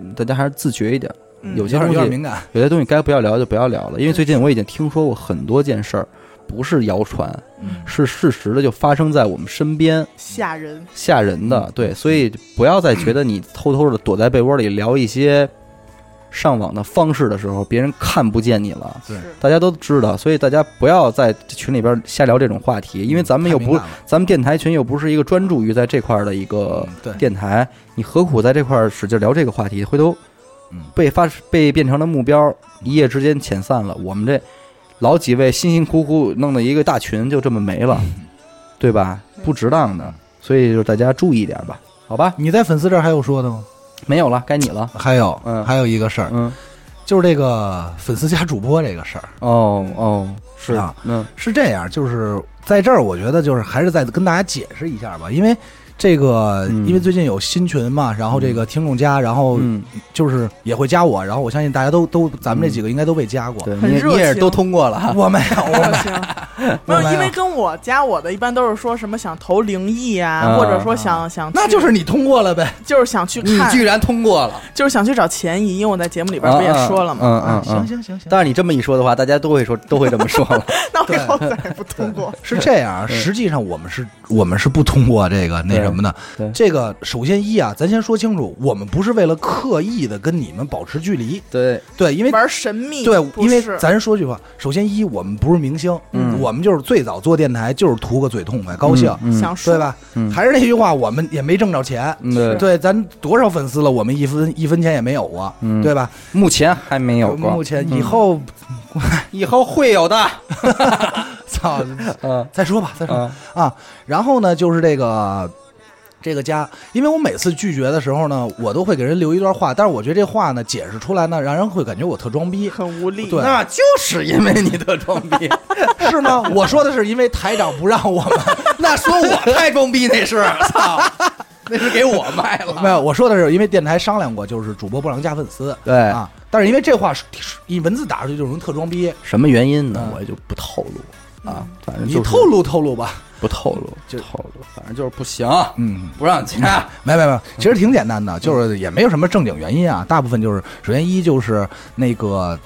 D: 嗯大家还是自觉一点，
B: 嗯
D: 有些
C: 有
D: 东
C: 点有点
D: 西
C: 敏感，
D: 有些东西该不要聊就不要聊
C: 嗯
D: 了，因为最近我已经听说过很多件事儿，不是谣传，
C: 嗯
D: 是事实的，就发生在我们身边，
B: 吓人，
D: 吓人
C: 嗯
D: 的。对，所以不要再觉得你偷偷的躲在被窝里聊一些上网的方式的时候，别人看不见你了。
C: 对
B: 是
D: 大家都知道，所以大家不要在群里边瞎聊这种话题，因为咱们又
C: 太敏
D: 不
C: 感，了
D: 咱们电台群又不是一个专注于在这块儿的一个
C: 嗯对
D: 呃电台，你何苦在这块儿使劲聊这个话题？回头
C: 嗯
D: 被发被变成了目标，一夜之间遣散了。我们这老几位辛辛苦苦弄的一个大群就这么没了，对吧？不值当的，所以就是大家注意一点吧，好吧？
C: 你在粉丝这儿还有说的吗？
D: 没有了，该你了。
C: 还有，
D: 嗯
C: 还有一个事儿，
D: 嗯，
C: 就是这个粉丝加主播这个事儿
D: 哦哦，是
C: 啊，
D: 嗯
C: 是这样，就是在这儿，我觉得就是还是再跟大家解释一下吧，因为这个，
D: 嗯
C: 因为最近有新群嘛，然后这个听众加，然后
D: 嗯，
C: 就是也会加我，然后我相信大家都都，咱们这几个应该都被加过。
D: 对，
B: 很
D: 你也
B: 热
D: 你也是
B: 情
D: 都通过了哈。
C: 我没 有，我
B: 热
C: 没
B: 情，
C: 有，
B: 哦没
C: 我没
B: 有，因
C: 有
B: 为跟我加我的一般都是说什么想投灵异啊，
D: 啊
B: 或者说想想去
C: 那就是你通过了呗。
B: 就是想去
D: 你
B: 看，
D: 居然通过了，
B: 就是想去找前姨，因为我在节目里边不也说了吗？
D: 嗯嗯嗯，
C: 啊行行行行，
D: 但是你这么一说的话，大家都会说都会这么说了。
B: 那我以后再也不通过。
C: 是这样，实际上我们是，我们是不通过这个那什么的
D: 对对。
C: 这个首先一啊，咱先说清楚，我们不是为了刻意的跟你们保持距离，
D: 对，
C: 对，因为
B: 玩神秘，
C: 对，
B: 不
C: 因为
B: 是
C: 咱说句话，首先一我们不是明星，
D: 嗯
C: 我们就是最早做电台就是图个嘴痛快高兴，
D: 嗯
B: 想说
C: 对？吧？
D: 嗯
C: 还是那句话，我们也没挣着钱，
D: 嗯对
C: 对，咱多少粉丝了，我们一分一分钱也没有啊，
D: 嗯
C: 对吧？
D: 目前还没有过嗯
C: 目，前以后，
D: 以后会有的。
C: 操，
D: 嗯
C: 再说吧，再说吧
D: 嗯
C: 啊。然后呢，就是这个这个家，因为我每次拒绝的时候呢，我都会给人留一段话，但是我觉得这话呢解释出来呢，让人会感觉我特 装逼，
B: 很无力。
C: 对
D: 那就是因为你的装 逼，
C: 是吗？我说的是因为台长不让我们。
D: 那说我太装逼那是，操！那是给我卖了。
C: 没有，我说的是因为电台商量过，就是主播不让加粉丝
D: 对
C: 啊，但是因为这话是是一文字打出去就容易特装逼，
D: 什么原因呢
C: 嗯？
D: 我也就不透露啊，反正
C: 你
D: 就是
C: 透露透露吧。
D: 不透露，
C: 就
D: 透露，反正就是不行，
C: 嗯，
D: 不让加。
C: 没没没，其实挺简单的，就是也没有什么正经原因啊，大部分就是首先一就是那个。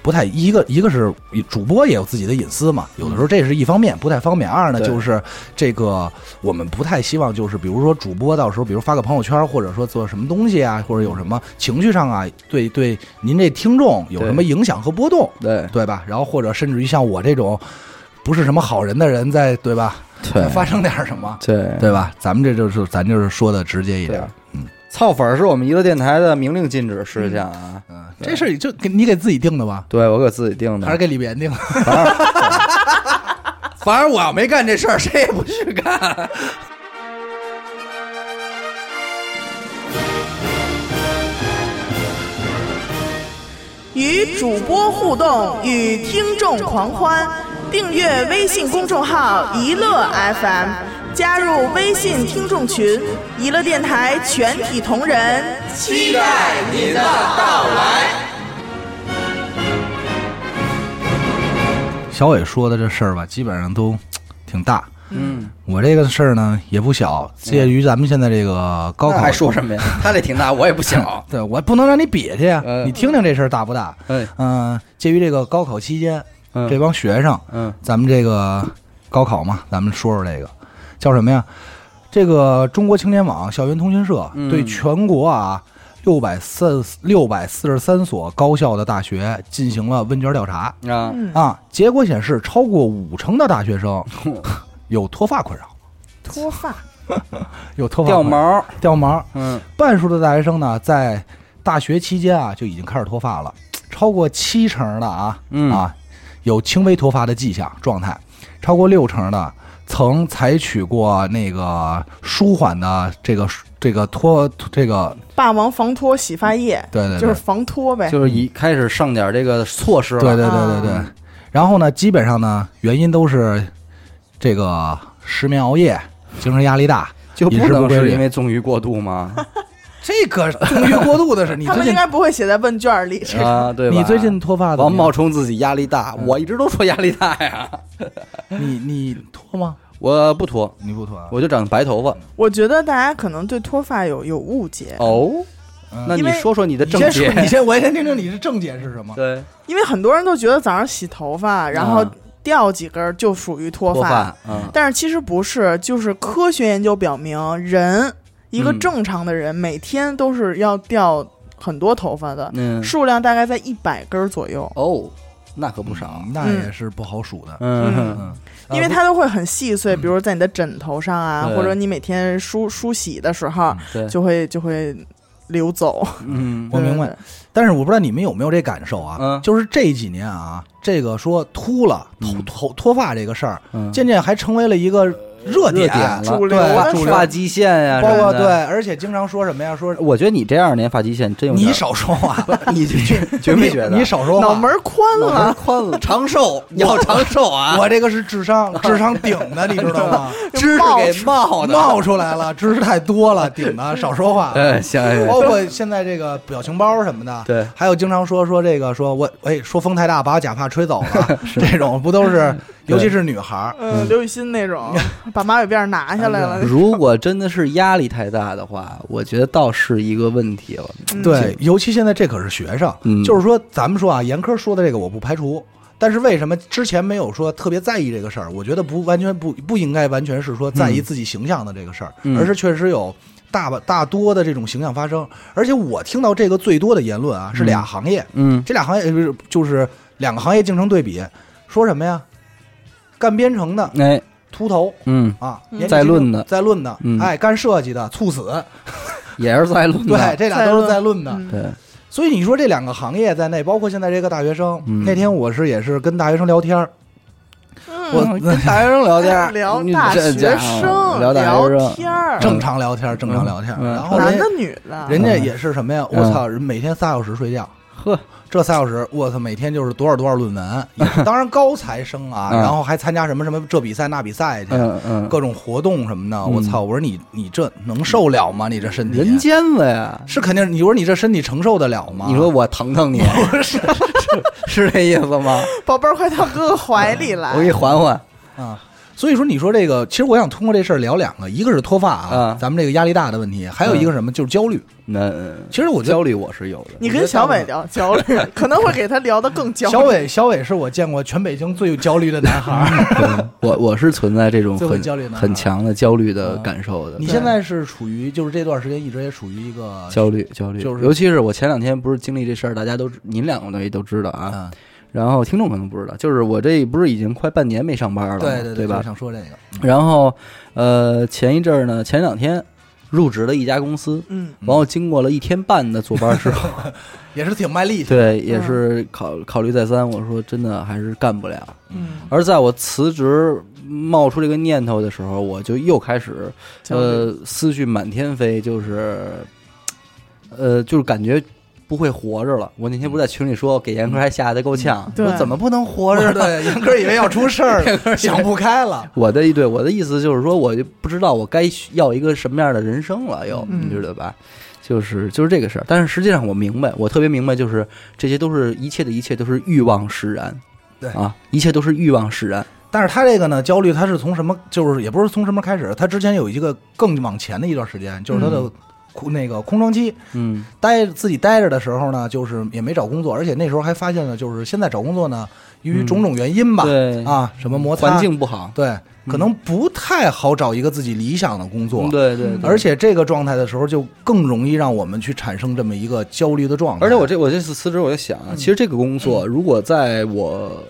C: 不太一个一个是主播也有自己的隐私嘛，有的时候这是一方面不太方便。二呢
D: 对
C: 就是这个我们不太希望就是比如说主播到时候比如发个朋友圈或者说做什么东西啊，或者有什么情绪上啊，对对您这听众有什么影响和波动，
D: 对
C: 对吧？然后或者甚至于像我这种不是什么好人的人在对吧，
D: 对
C: 发生点儿什么，
D: 对
C: 对吧？咱们这就是咱就是说的直接一点儿，
D: 嗯操粉儿是我们娱乐电台的明令禁止事项啊。
C: 嗯，这事儿就给你给自己定的吧，
D: 对我给自己定的，
C: 还是给李岩定的？
D: 反正我要没干这事儿，谁也不许干。
B: 与主播互动，与听众狂欢。订阅微信公众号“一乐 FM”，加入微信听众群，一乐电台全体同仁期待您的到来。
C: 小伟说的这事儿吧，基本上都挺大。
D: 嗯，
C: 我这个事儿呢也不小，介于咱们现在这个高考。
D: 那还，说什么 呀？他这挺大，我也不小
C: 对我不能让你瘪去呀
D: 嗯，
C: 你听听这事儿大不大？
D: 哎，
C: 嗯，介于这个高考期间，
D: 嗯
C: 这帮学生，
D: 嗯，
C: 咱们这个高考嘛，咱们说说这个叫什么呀？这个中国青年网校园通讯社
D: 嗯
C: 对全国啊六百四六百四十三所高校的大学进行了问卷调查
D: 啊，
B: 嗯，
C: 啊，结果显示，超过五成的大学 生有脱发困扰，
B: 脱发，
C: 有脱发
D: 掉
C: 困扰
D: 毛，
C: 掉毛，
D: 嗯，
C: 半数的大学生呢，在大学期间啊就已经开始脱发了，超过七成的啊，
D: 嗯
C: 啊有轻微脱发的迹象状态，超过六成的曾采取过那个舒缓的这个这个脱这个
B: 霸王防脱洗发液，
C: 对对对，
B: 就是防脱呗。
D: 就是一开始上点这个措施了。
C: 对对对对对
B: 啊。
C: 然后呢，基本上呢，原因都是这个失眠、熬夜、精神压力大。
D: 就
C: 饮
D: 不
C: 食不
D: 能
C: 规
D: 是
C: 律
D: 因为纵欲过度吗？
C: 这个纵欲过度的是 你
B: 他
C: 最
B: 们应
C: 近
B: 该不会写在问 卷里。这个
D: 啊，对吧？
C: 你最近脱发怎
D: 王
C: 么
D: 茂
C: 样？
D: 冲自己压力大，我一直都说压力大呀，
C: 你你脱吗？
D: 我不脱，
C: 你不脱啊？
D: 我就长白头发。
B: 我觉得大家可能对脱发有有误解，
D: 哦，那
B: 因
D: 你
B: 为
D: 说说你的
C: 你
D: 正
C: 先
D: 解
C: 说，？ 你先，我也先听听你的正解是什么？
D: 对，
B: 因为很多人都觉得早上洗头发，然后
D: 啊
B: 掉几根儿就属于脱
D: 脱
B: 发。
D: 发，嗯，
B: 但是其实不是，就是科学研究表明，人一个
D: 嗯
B: 正常的人、每天都是要掉很多头发的，
D: 嗯
B: 数量大概在一百根儿左右，
D: 哦，那可不少
C: 少，，嗯那也是不好数的。
D: 嗯，
C: 嗯，
B: 嗯因为它都会很细碎，比如在你的枕头上啊，
D: 对嗯
B: 或者你每天梳梳洗的时候，
D: 对，
B: 就会就会流走。
D: 嗯
C: 我明白
B: 对，
C: 但是我不知道你们有没有这感受啊？
D: 嗯
C: 就是这几年啊，这个说秃了、头
D: 嗯
C: 头脱发这个事儿，
D: 嗯
C: 渐渐还成为了一个热
D: 热
C: 点，
D: 点了，
B: 主流
D: 对
B: 的
D: 发
B: 事儿
D: 发际线呀，
C: 包括
D: 什么
C: 对
D: 的，，
C: 而且经常说什么呀？说
D: 我觉得你这二年发际线真有点
C: 你
D: 儿，
C: 少 说话，
D: 你就觉觉没觉得？
C: 你少说
B: 脑
C: 话
B: 门。儿宽
D: 脑门儿
B: 了，
D: 宽了，长寿要长寿啊！
C: 我这个是 智商，智商顶的，你知道吗？
D: 知识给冒的，
C: 冒出来了，知识太多了，顶 的，少说话。
D: 哎，行行
C: 包
D: 行，
C: 括现在这个表情包什么的，
D: 对
C: 还有经常说说这个说我哎说风太大把我假发吹走 了，这种不都是，
D: 对
C: 尤其是女孩儿，
B: 呃，刘雨欣那种，
D: 嗯
B: 把马尾辫儿拿下来了。
D: 如果真的是压力太大的话，我觉得倒是一个问题了。
B: 嗯
C: 对，尤其现在这可是学生，
D: 嗯
C: 就是说咱们说啊，严科说的这个我不排除。但是为什么之前没有说特别在意这个事儿？我觉得不完全不不应该完全是说在意自己形象的这个事儿，
D: 嗯
C: 而是确实有大把大多的这种形象发生。而且我听到这个最多的言论啊，是俩行业，
D: 嗯
C: 这俩行业呃不是就是两个行业竞争对比，说什么呀？干编程的
D: 哎，
C: 秃头
D: 嗯，
C: 啊，
B: 嗯
C: 研究
D: 在论
C: 生
D: 的
C: 在论的，
D: 嗯
C: 哎，干设计的猝死，
D: 也是在论
C: 对，
D: 的，
C: 这俩都是在
B: 在
C: 论的。
B: 嗯
D: 对，
C: 所以你说这两个行业在内，包括现在这个大学生，
D: 嗯
C: 那天我是也是跟大学生聊天儿，
B: 嗯
C: 我
D: 跟大学生聊天儿，
B: 哎聊
D: 你
B: 大
D: 这
B: 学
D: 家伙
B: 生，
D: 聊大学生，
B: 天儿，
C: 正常聊天儿，正常聊天儿。
D: 嗯
C: 然后
B: 男
C: 人
B: 的女的，
C: 人家也是什么呀？
D: 嗯
C: 我操，人每天仨小时睡觉，
D: 呵，
C: 这仨小时，我操，每天就是多少多少论文，也 是当然高材生啊，
D: 嗯
C: 然后还参加什么什么这比赛那比赛去，
D: 嗯嗯，
C: 各种活动什么的。我操，我说你你这能受了吗？你这身体，啊
D: 人间子呀！
C: 是肯定，你说你这身体承受得了吗？
D: 你说我疼疼你，是是这意思吗？
B: 宝贝儿，快到哥哥怀里来
D: 我。给你缓缓。
C: 啊。所以说，你说这个，其实我想通过这事儿聊两个，一个是脱发啊，
D: 嗯
C: 咱们这个压力大的问题，还有一个是什么，就是焦虑。
D: 那
C: 其实我觉得
D: 焦虑我是有的，
B: 你跟小伟聊焦虑，可能会给他聊得更焦虑。
C: 小伟，小伟是我见过全北京最有焦虑的男孩儿。
D: 对我我是存在这种
C: 最会
D: 很
C: 焦虑的男
D: 很
C: 孩嗯
D: 强的焦虑的感受的。
C: 你
D: 对
C: 现在是处于，就是这段时间一直也处于一个
D: 焦虑焦虑，
C: 就是
D: 尤其是我前两天不是经历这事儿，大家都知您两个也都知道啊。
C: 啊，
D: 然后听众可能不知道，就是我这不是已经快半年没上班了嘛，
C: 对
D: 对
C: 对，
D: 吧
C: 我？想说这个，
D: 然后呃，前一阵儿呢，前两天入职了一家公司，
B: 嗯，
D: 然后经过了一天半的坐班之 后，
C: 也是挺卖力气。
D: 对，也是考考虑再三，我说真的还是干不了。
B: 嗯，
D: 而在我辞职冒出这个念头的时候，我就又开始呃思绪满天飞，就是呃就是感觉。不会活着了！我那天不是在群里说，给严哥还吓得够呛。
B: 嗯对
D: 我怎么不能活着
C: 是
D: 呢？
C: 的，严哥以为要出事儿了，想不开了。
D: 我的对我的意思就是说，我就不知道我该需要一个什么样的人生了，又、你
B: 嗯
D: 知道吧？就是就是这个事儿。但是实际上我明白，我特别明白，就是这些都是一切的一切都是欲望使然，
C: 对
D: 啊，一切都是欲望使然。
C: 但是他这个呢，焦虑他是从什么？就是也不是从什么开始，他之前有一个更往前的一段时间，就是他的空那个空窗期，
D: 嗯
C: 待自己待着的时候呢，就是也没找工作，而且那时候还发现了，就是现在找工作呢，由于种种原因吧，
D: 嗯对
C: 啊，什么摩擦
D: 环，境不好，
C: 对，可能不太好找一个自己理想的工作。
D: 嗯对对
B: 嗯
D: 对。
C: 而且这个状态的时候，就更容易让我们去产生这么一个焦虑的状态。
D: 而且我这我这次辞职，我就想
C: 嗯
D: 啊，其实这个工作如果在我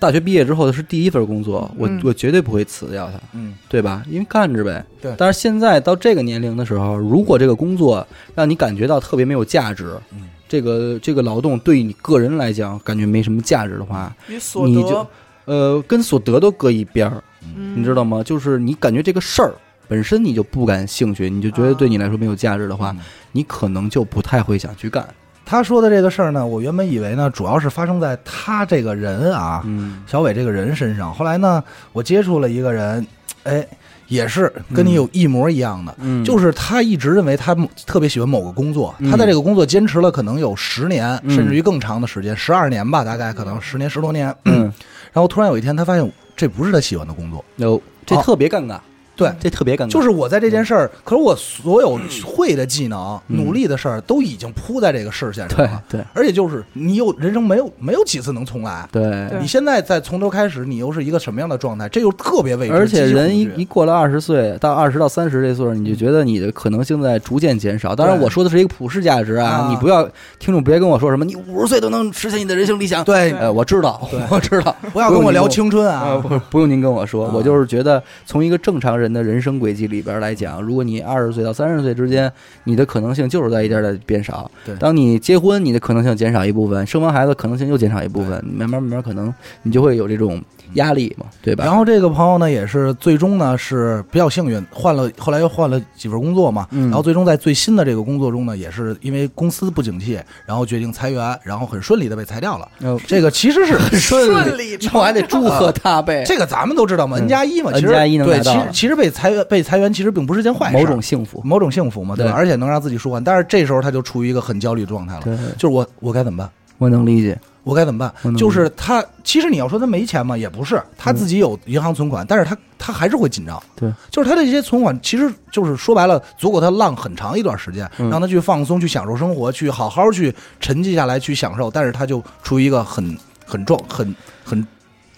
D: 大学毕业之后是第一份工作，我
B: 嗯
D: 我绝对不会辞掉它。
C: 嗯，
D: 对吧？因为干着呗。
C: 对
D: 但是现在到这个年龄的时候，如果这个工作让你感觉到特别没有价值，
C: 嗯
D: 这个这个劳动对你个人来讲感觉没什么价值的话，
B: 与所
D: 你就
B: 得，
D: 呃，跟所得都搁一边儿，
B: 嗯
D: 你知道吗？就是你感觉这个事儿本身你就不感兴趣，你就觉得对你来说没有价值的话，
C: 嗯
D: 你可能就不太会想去干。
C: 他说的这个事儿呢，我原本以为呢，主要是发生在他这个人啊，
D: 嗯
C: 小伟这个人身上。后来呢，我接触了一个人，哎，也是跟你有一模一样的，
D: 嗯
C: 就是是他一直认为他某特别喜欢某个工作，
D: 嗯
C: 他在这个工作坚持了可能有十年，
D: 嗯
C: 甚至于更长的时间，十二年吧，大概可能十年十多年。然
D: 嗯，
C: 后 突然有一天，他发现这不是他喜欢的工作，
D: 有这
C: 好
D: 特别尴尬，
C: 对
D: 这特别尴尬，
C: 嗯就是我在这件事儿，可是我所有会的技能、
D: 嗯
C: 努力的事儿，都已经铺在这个视线 上
D: 对
C: 了。
D: 对
C: 而且就是你有人生没有没有几次能重来，
D: 对
B: 对
C: 你现在再从头开始，你又是一个什么样的状态？这又特别未知，
D: 而且
C: 极其
D: 人一
C: 恐惧
D: 一过了二十岁，到二十到三十这岁数，你就觉得你的可能性在逐渐减少。当然，
C: 嗯对
D: 我说的是一个普世价值啊，
C: 啊
D: 你不要听众别跟我说什么你五十岁都能实现你的人生理想。，
C: 对，
D: 呃，我知道， 我知道，
C: 不要跟
D: 用
C: 我
D: 您
C: 聊青春
D: 呃。
C: 啊！
D: 不不用您跟我说，
C: 啊
D: 我就是觉得从一个正常人的人生轨迹里边来讲，如果你二十岁到三十岁之间，你的可能性就是在一点点变少。
C: 对
D: 当你结婚，你的可能性减少一部分，生完孩子可能性又减少一部分，慢慢慢慢可能你就会有这种压力嘛，对吧？
C: 然后这个朋友呢，也是最终呢是比较幸运，换了后来又换了几份工作嘛，
D: 嗯
C: 然后最终在最新的这个工作中呢，也是因为公司不景气，然后决定裁员，然后很顺利的被裁掉了。
D: 呃
C: 这个其实是哦很
B: 顺利
D: 那我还得祝
C: 啊
D: 贺他呗。
C: 这个咱们都知道嘛
D: 嗯
C: ，N 加一嘛，
D: N
C: 其实
D: 加一能
C: 对，
D: 拿
C: 其
D: 到
C: 实其实被裁员被裁员其实并不是件坏事，
D: 某种幸福，
C: 某种幸福嘛，对吧？
D: 对
C: 而且能让自己舒缓。但是这时候他就处于一个很焦虑的状态了，
D: 对，
C: 就是我我该怎么办？
D: 我能理解。
C: 我该怎么办？
D: 嗯
C: 就是他，其实你要说他没钱嘛，也不是，他自己有银行存款，但是他他还是会紧张。
D: 嗯对，
C: 就是他的这些存款，其实就是说白了，足够他浪很长一段时间，
D: 嗯
C: 让他去放松、去享受生活、去好好去沉寂下来、去享受。但是他就处于一个很很状、很很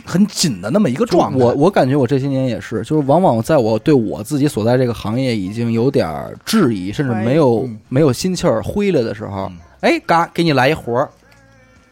C: 很紧的那么一个状态。
D: 我我感觉我这些年也是，就是往往在我对我自己所在这个行业已经有点儿质疑，甚至没有
C: 嗯
D: 没有心气儿灰了的时候
C: 嗯，
D: 哎，嘎，给你来一活儿，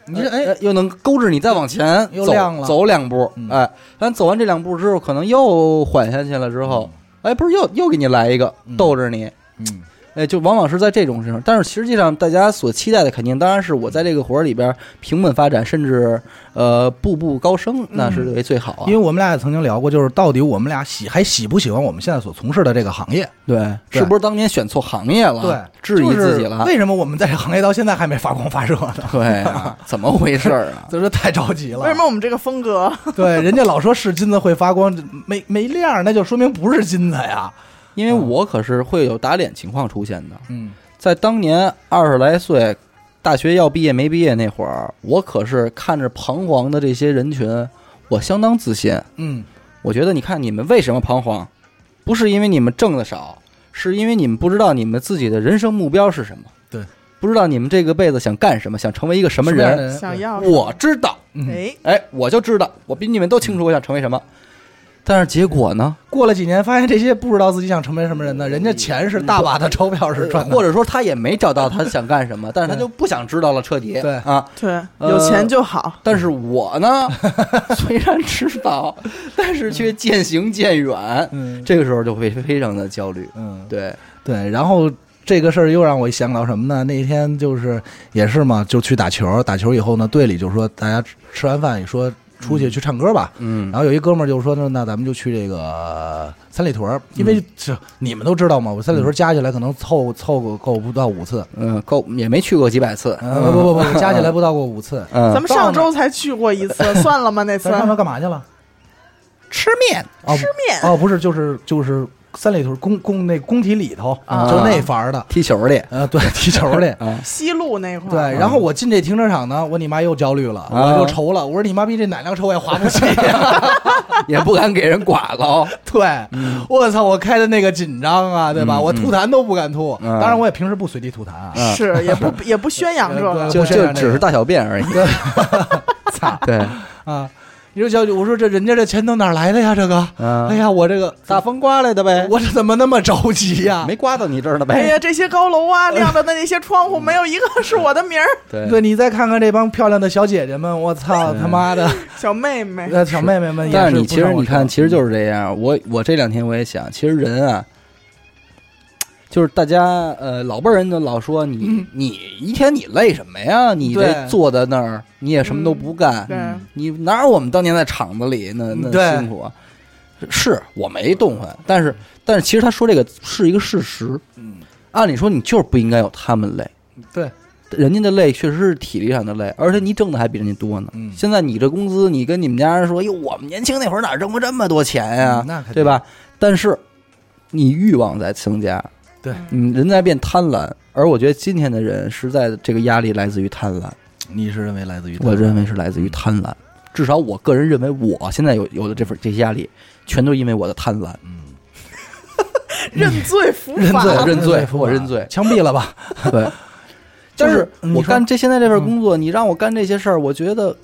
C: 你这哎
D: 呃，又能勾着你再往前
C: 又
D: 走
C: 亮了
D: 走两步，
C: 嗯
D: 哎，但走完这两步之后，可能又缓下去了之后，哎，不是又又给你来一个
C: 嗯
D: 逗着你，
C: 嗯，
D: 哎，就往往是在这种身上。但是实际上，大家所期待的肯定当然是我在这个活儿里边儿平稳发展，甚至呃步步高升，那是
C: 嗯
D: 为最好啊。
C: 因为我们俩也曾经聊过，就是到底我们俩喜还喜不喜欢我们现在所从事的这个行业？
D: 对，
C: 对
D: 是不是当年选错行业了？质疑自己了
C: 就是。为什么我们在这行业到现在还没发光发热呢？
D: 对啊，怎么回事儿啊？
C: 就是太着急了。
B: 为什么我们这个风格？
C: 对，人家老说是金子会发光，没没亮，那就说明不是金子呀。
D: 因为我可是会有打脸情况出现的。
C: 嗯，
D: 在当年二十来岁，大学要毕业没毕业那会儿，我可是看着彷徨的这些人群，我相当自信。
C: 嗯，
D: 我觉得，你看你们为什么彷徨，不是因为你们挣的少，是因为你们不知道你们自己的人生目标是什么。
C: 对，
D: 不知道你们这个辈子想干什么，想成为一个什
C: 什
D: 么
C: 么样的
D: 人。
C: 人
B: 想要
D: 哎我知道，
C: 嗯
B: 哎，
D: 哎，我就知道，我比你们都清楚我想成为什么。但是结果呢？
C: 过了几年，发现这些不知道自己想成为什么人呢？人家钱是大把的，钞票是赚的，
D: 或者说他也没找到他想干什么，但是他
C: 对
D: 就不想知道了，彻底。
C: 对
D: 啊，
B: 对，
D: 呃
B: 有钱就好。
D: 但是我 呢，虽然知道，但是却渐行渐远。
C: 嗯
D: 这个时候就会非常的焦虑。
C: 嗯，
D: 对，
C: 对，然后。这个事儿又让我想到什么呢？那天就是也是嘛，就去打球，打球以后呢，队里就说大家吃吃完饭也说出去去唱歌吧，
D: 嗯
C: 然后有一哥们儿就说：“那那咱们就去这个呃三里屯儿，因
D: 嗯
C: 为这你们都知道嘛，我三里屯儿加起来可能凑凑够够不到五次，
D: 嗯，啊够也没去过几百次。
C: 呃不不不 不，加起来不到过五次。
D: 嗯，
B: 咱们上周才去过 一次，算了吗？那次
C: 咱他们干嘛去了？
D: 吃面，
C: 哦
B: 吃面，
C: 哦，不是，就是就是三里屯儿工工那工体里头，
B: 啊
C: 就那法儿的，
D: 踢球 去。
C: 呃，对，踢 球去。”
D: 啊，
B: 西路那块
C: 对，
B: 儿，
C: 然后我进这停车场呢，我你妈又焦虑了，
D: 嗯啊
C: 我就愁了，我说你妈逼这哪辆车我也划不起。
D: 也不敢给人剐了。
C: 对，我操，我开的那个紧张啊，对吧？
D: 嗯
C: 我
D: 嗯
C: 吐痰都不敢吐，
D: 嗯
C: 当然我也平时不随地吐痰啊。
D: 嗯
B: 是也不也不宣扬这
C: 对
B: 个，
D: 就
C: 不宣
D: 就
C: 扬这个
D: 只是大小便 而已。
C: 操
D: 对，
C: 啊！你说小姐，我说这人家这钱都哪儿来的呀？这个，
D: 嗯
C: 哎呀，我这个
D: 大风刮来的呗，
C: 我这怎么那么着急呀？
D: 没刮到你这儿呢
B: 哎呀，
D: 呗。
B: 这些高楼啊，亮着的那些窗户，没有一个是我的 名儿。
D: 对
C: 对你再看看这帮漂亮的小姐姐们，我操
D: 对
C: 他 妈的，
B: 小妹妹，
C: 呃，小妹妹们也
D: 但
C: 是
D: 是你
C: 不
D: 其实
C: 上我嗯
D: 你看，
C: 车
D: 其实就是这样。我我这两天我也想，其实人啊，就是大家呃老辈儿人就老说你你一天你累什么呀？你这
C: 嗯对嗯
D: 坐在那儿你也什么都不干，
B: 对，
D: 你哪有我们当年在厂子里那那
C: 对
D: 辛苦啊？是我没动换，但是但是其实他说这个是一个事实。
C: 嗯，
D: 按理说你就是不应该有他们累，
C: 对，
D: 人家的累确实是体力上的累，而且你挣的还比人家多呢。
C: 嗯
D: 现在你这工资，你跟你们家人说，哟，我们年轻那会儿哪挣过这么多钱呀、
C: 嗯那肯定
D: 对吧？但是你欲望在增加，
C: 对
D: 嗯，人在变贪婪。而我觉得今天的人实在的这个压力来自于贪婪，
C: 你是认为来自于
D: 我认为是来自于贪婪。至少我个人认为，我现在有有的这份这些压力，全都因为我的贪婪。
B: 认罪伏
C: 认
B: 法，
C: 罪
D: 认罪
C: 服
D: 我
C: 吧
D: 认罪
C: 枪毙了吧？
D: 对，但是
C: 嗯你
D: 我
C: 说
D: 干这现在这份工作，你让我干这些事儿，我觉得，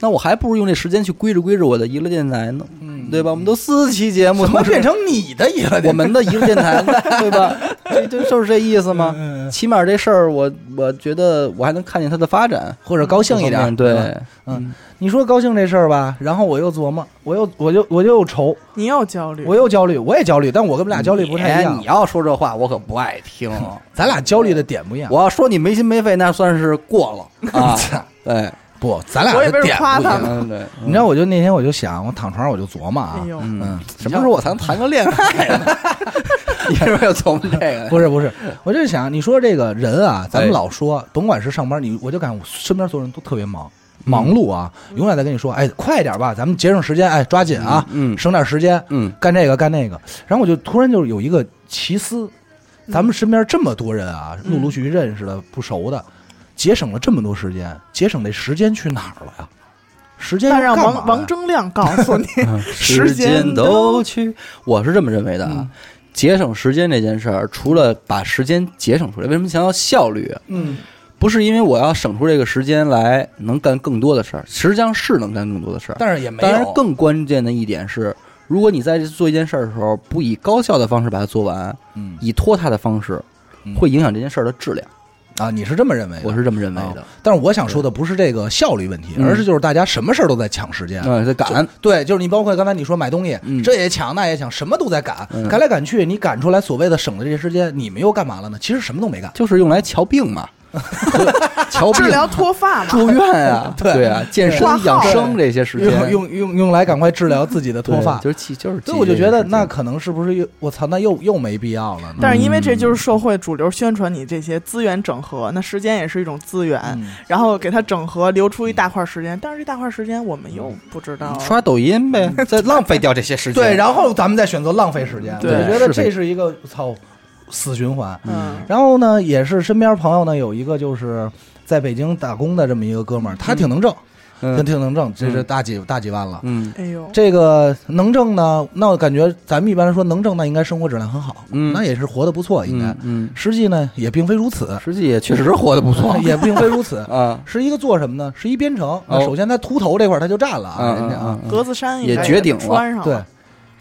D: 那我还不如用这时间去归置归置我的娱乐电台呢，
C: 嗯
D: 对吧？我们都四期节目，
C: 怎么
D: 都是
C: 变成你的也了？
D: 我们的娱乐电台，对吧？这这就是这意思吗？
C: 嗯嗯嗯
D: 起码这事儿，我我觉得我还能看见它的发展，
C: 或者高兴 一
D: 这方面
C: 点，吧
D: 对，
C: 嗯，你说高兴这事儿吧，然后我又琢磨，我又我就我又愁，
B: 你有焦虑
C: 我？又焦虑，我也焦虑，但我跟我们俩焦虑不太一
D: 你
C: 样
D: 哎
C: 哎
D: 你，要说这话，我可不爱 听。
C: 咱俩焦虑的点不一样。。
D: 我要说你没心没肺，那算是过了啊
C: 操
D: 对，
C: 不，咱俩
B: 我以
C: 的
B: 为是
C: 点
B: 夸
C: 不一
B: 他
C: 样。
B: 呢。
D: 嗯对，
C: 你知道，我就那天我就想，我躺床上我就琢磨啊
B: 哎，呦，
D: 嗯
C: 嗯，
D: 什么时候我才能谈个恋爱呢？你是不是要琢磨这 个？
C: 不是不是，我就是想，你说这个人啊，咱
D: 哎
C: 们老说，甭管是上班，你我就感觉我身边所有人都特别忙，
D: 嗯
C: 忙碌啊，永远在跟你说，哎，快点吧，咱们节省时间，哎，抓紧啊，
D: 嗯
C: 省点时间，
D: 嗯
C: 干这个干那个。然后我就突然就有一个奇思，咱们身边这么多人啊，
B: 嗯
C: 陆陆续续认识的不熟的，节省了这么多时间，节省这时间去哪儿了呀？时间
B: 那
C: 要
B: 让
C: 干
B: 王
C: 嘛呀
B: 王？铮亮告诉你，
D: 时间都去，我是这么认为的啊
C: 嗯。
D: 节省时间这件事儿，除了把时间节省出来，为什么强调效率？
C: 嗯，
D: 不是因为我要省出这个时间来能干更多的事儿，实际上是能干更多的事儿。
C: 但是也没
D: 当然
C: 有，
D: 更关键的一点是，如果你在做一件事儿的时候，不以高效的方式把它做完，
C: 嗯
D: 以拖沓的方式，
C: 嗯
D: 会影响这件事儿的质量。
C: 啊，你是这么认为的？
D: 我是这么认为的
C: 啊。但是我想说的不是这个效率问题，
D: 哦嗯
C: 而是就是大家什么事儿都在抢时间。
D: 嗯，得赶
C: 就，对，就是你包括刚才你说买东西，
D: 嗯
C: 这也抢那也抢，什么都在赶，
D: 嗯
C: 赶来赶去，你赶出来所谓的省的这些时间，你们又干嘛了呢？其实什么都没干。
D: 就是用来瞧病 嘛，瞧病
B: 治疗脱发嘛。
D: 住院啊，
C: 对
D: 对啊，健身
B: 挂号
D: 养生这些时
C: 用
D: 间
C: 用用用来赶快治疗自己的脱
D: 对
C: 发，
D: 就是记就是记这
C: 所以
D: 些时间，
C: 我就觉得那可能是不是又我操，那又又没必要了呢。
B: 但是因为
D: 嗯
B: 这就是社会主流宣传你这些资源整合，那时间也是一种资源，
C: 嗯
B: 然后给它整合，留
D: 嗯
B: 出一大块时间。但是这大块时间我们又不知道，
D: 刷抖音 呗，再浪费掉这些 时间。
C: 对，然后咱们再选择浪费时间，
B: 对
C: 我觉得
D: 是
C: 这是一个操死循环。
B: 嗯
C: 然后呢，也是身边朋友呢有一个就是在北京打工的这么一个哥们儿，他挺能挣，他
D: 嗯
C: 挺能挣，这是大几大几万了。
D: 嗯
B: 哎呦，
C: 这个能挣呢，那我感觉咱们一般来说能挣，那应该生活质量很好，
D: 嗯
C: 那也是活得不错，应该。
D: 嗯，
C: 实际呢也并非如此，
D: 实际也确 实活得不错
C: 也并非如此，
D: 嗯啊
C: 是一个做什么呢？是一编程。那
D: 哦哦
C: 首先他秃头这块儿他就占了
D: 啊
C: 啊，人家啊，
B: 格子衫
D: 也
B: 应该
D: 绝顶了
B: 穿上
C: 对，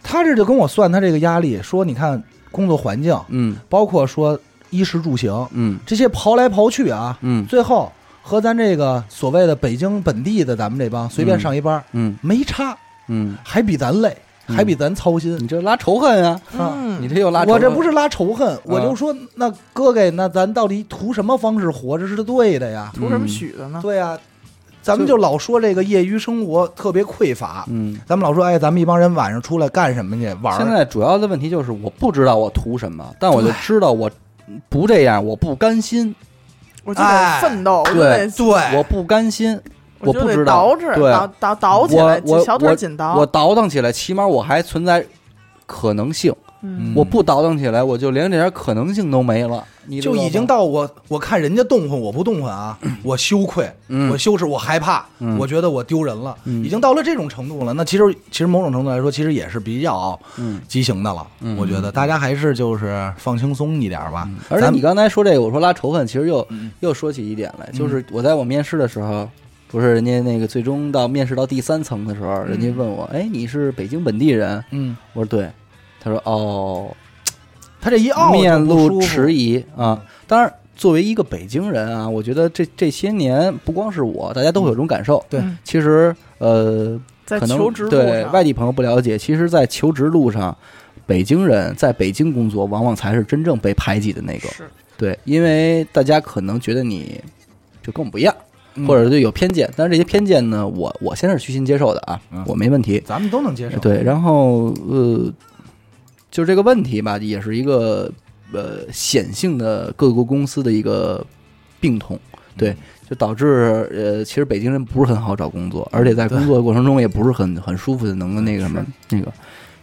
C: 他这就跟我算他这个压力，说你看工作环境，
D: 嗯
C: 包括说衣食住行
D: 嗯
C: 这些刨来刨去啊，
D: 嗯
C: 最后和咱这个所谓的北京本地的咱们这帮随便上一班、
D: 嗯
C: 没差，
D: 嗯，
C: 还比咱累，
D: 嗯
C: 还比咱操心。
D: 你这拉仇恨啊，
C: 啊
B: 嗯，
D: 你这又拉仇恨，嗯
C: 我这不是拉仇恨，我就说那哥给那咱到底图什么方式活着是对的呀？
B: 图什
D: 嗯
B: 么许的呢？
C: 对呀、咱们就老说这个业余生活特别匮乏，
D: 嗯。
C: 咱们老说哎，咱们一帮人晚上出来干什么去玩儿？
D: 现在主要的问题就是我不知道我图什么，但我就知道我不这样，我不甘心，
B: 我就得
C: 哎
B: 奋斗，我就得
C: 对
D: 我不甘心，
B: 我
D: 我
B: 就
D: 不
B: 得
D: 知
B: 捯
D: 道
B: 饬，
D: 对
B: 捯捯捯起来，
D: 我我
B: 小腿紧捯。
D: 我倒腾起来，起码我还存在可能性。
B: 嗯
D: 我不倒腾起来，我就连这点可能性都没了。你知道
C: 就
D: 吗
C: 已经到我我看人家动换我不动 换啊，我羞愧，
D: 嗯
C: 我羞耻，我害怕，
D: 嗯
C: 我觉得我丢人了，
D: 嗯
C: 已经到了这种程度了。那其实其实某种程度来说，其实也是比较
D: 嗯
C: 畸形的了。
D: 嗯
C: 我觉得大家还是就是放轻松一点吧。
D: 而且
C: 咱
D: 你
C: 们嗯
D: 刚才说这个，我说拉仇恨，其实又、又说起一点来，就是我在我面试的时候，不是人家那个最终到面试到第三层的时候，人家问我，哎，你是北京本地人？
C: 嗯，
D: 我说对。他说哦，
C: 他这一傲就
D: 面露
C: 不舒服
D: 迟疑啊。当然，作为一个北京人啊，我觉得这这些年不光是我，大家都会有这种感受。
C: 对
B: 嗯
D: 其实呃，
B: 在
D: 可能
B: 求职路
D: 对
B: 上
D: 外地朋友不了解，其实，在求职路上，北京人在北京工作，往往才是真正被排挤的那个。
B: 是
D: 对，因为大家可能觉得你就跟我们不一样，
C: 嗯
D: 或者就有偏见。但是这些偏见呢，我我先是虚心接受的啊
C: 嗯，
D: 我没问题。
C: 咱们都能接受。
D: 对，然后呃，就这个问题吧，也是一个呃显性的各个公司的一个病痛。对，
C: 嗯
D: 就导致呃，其实北京人不是很好找工作，而且在工作的过程中也不是很很舒服的，能够那个什么那个。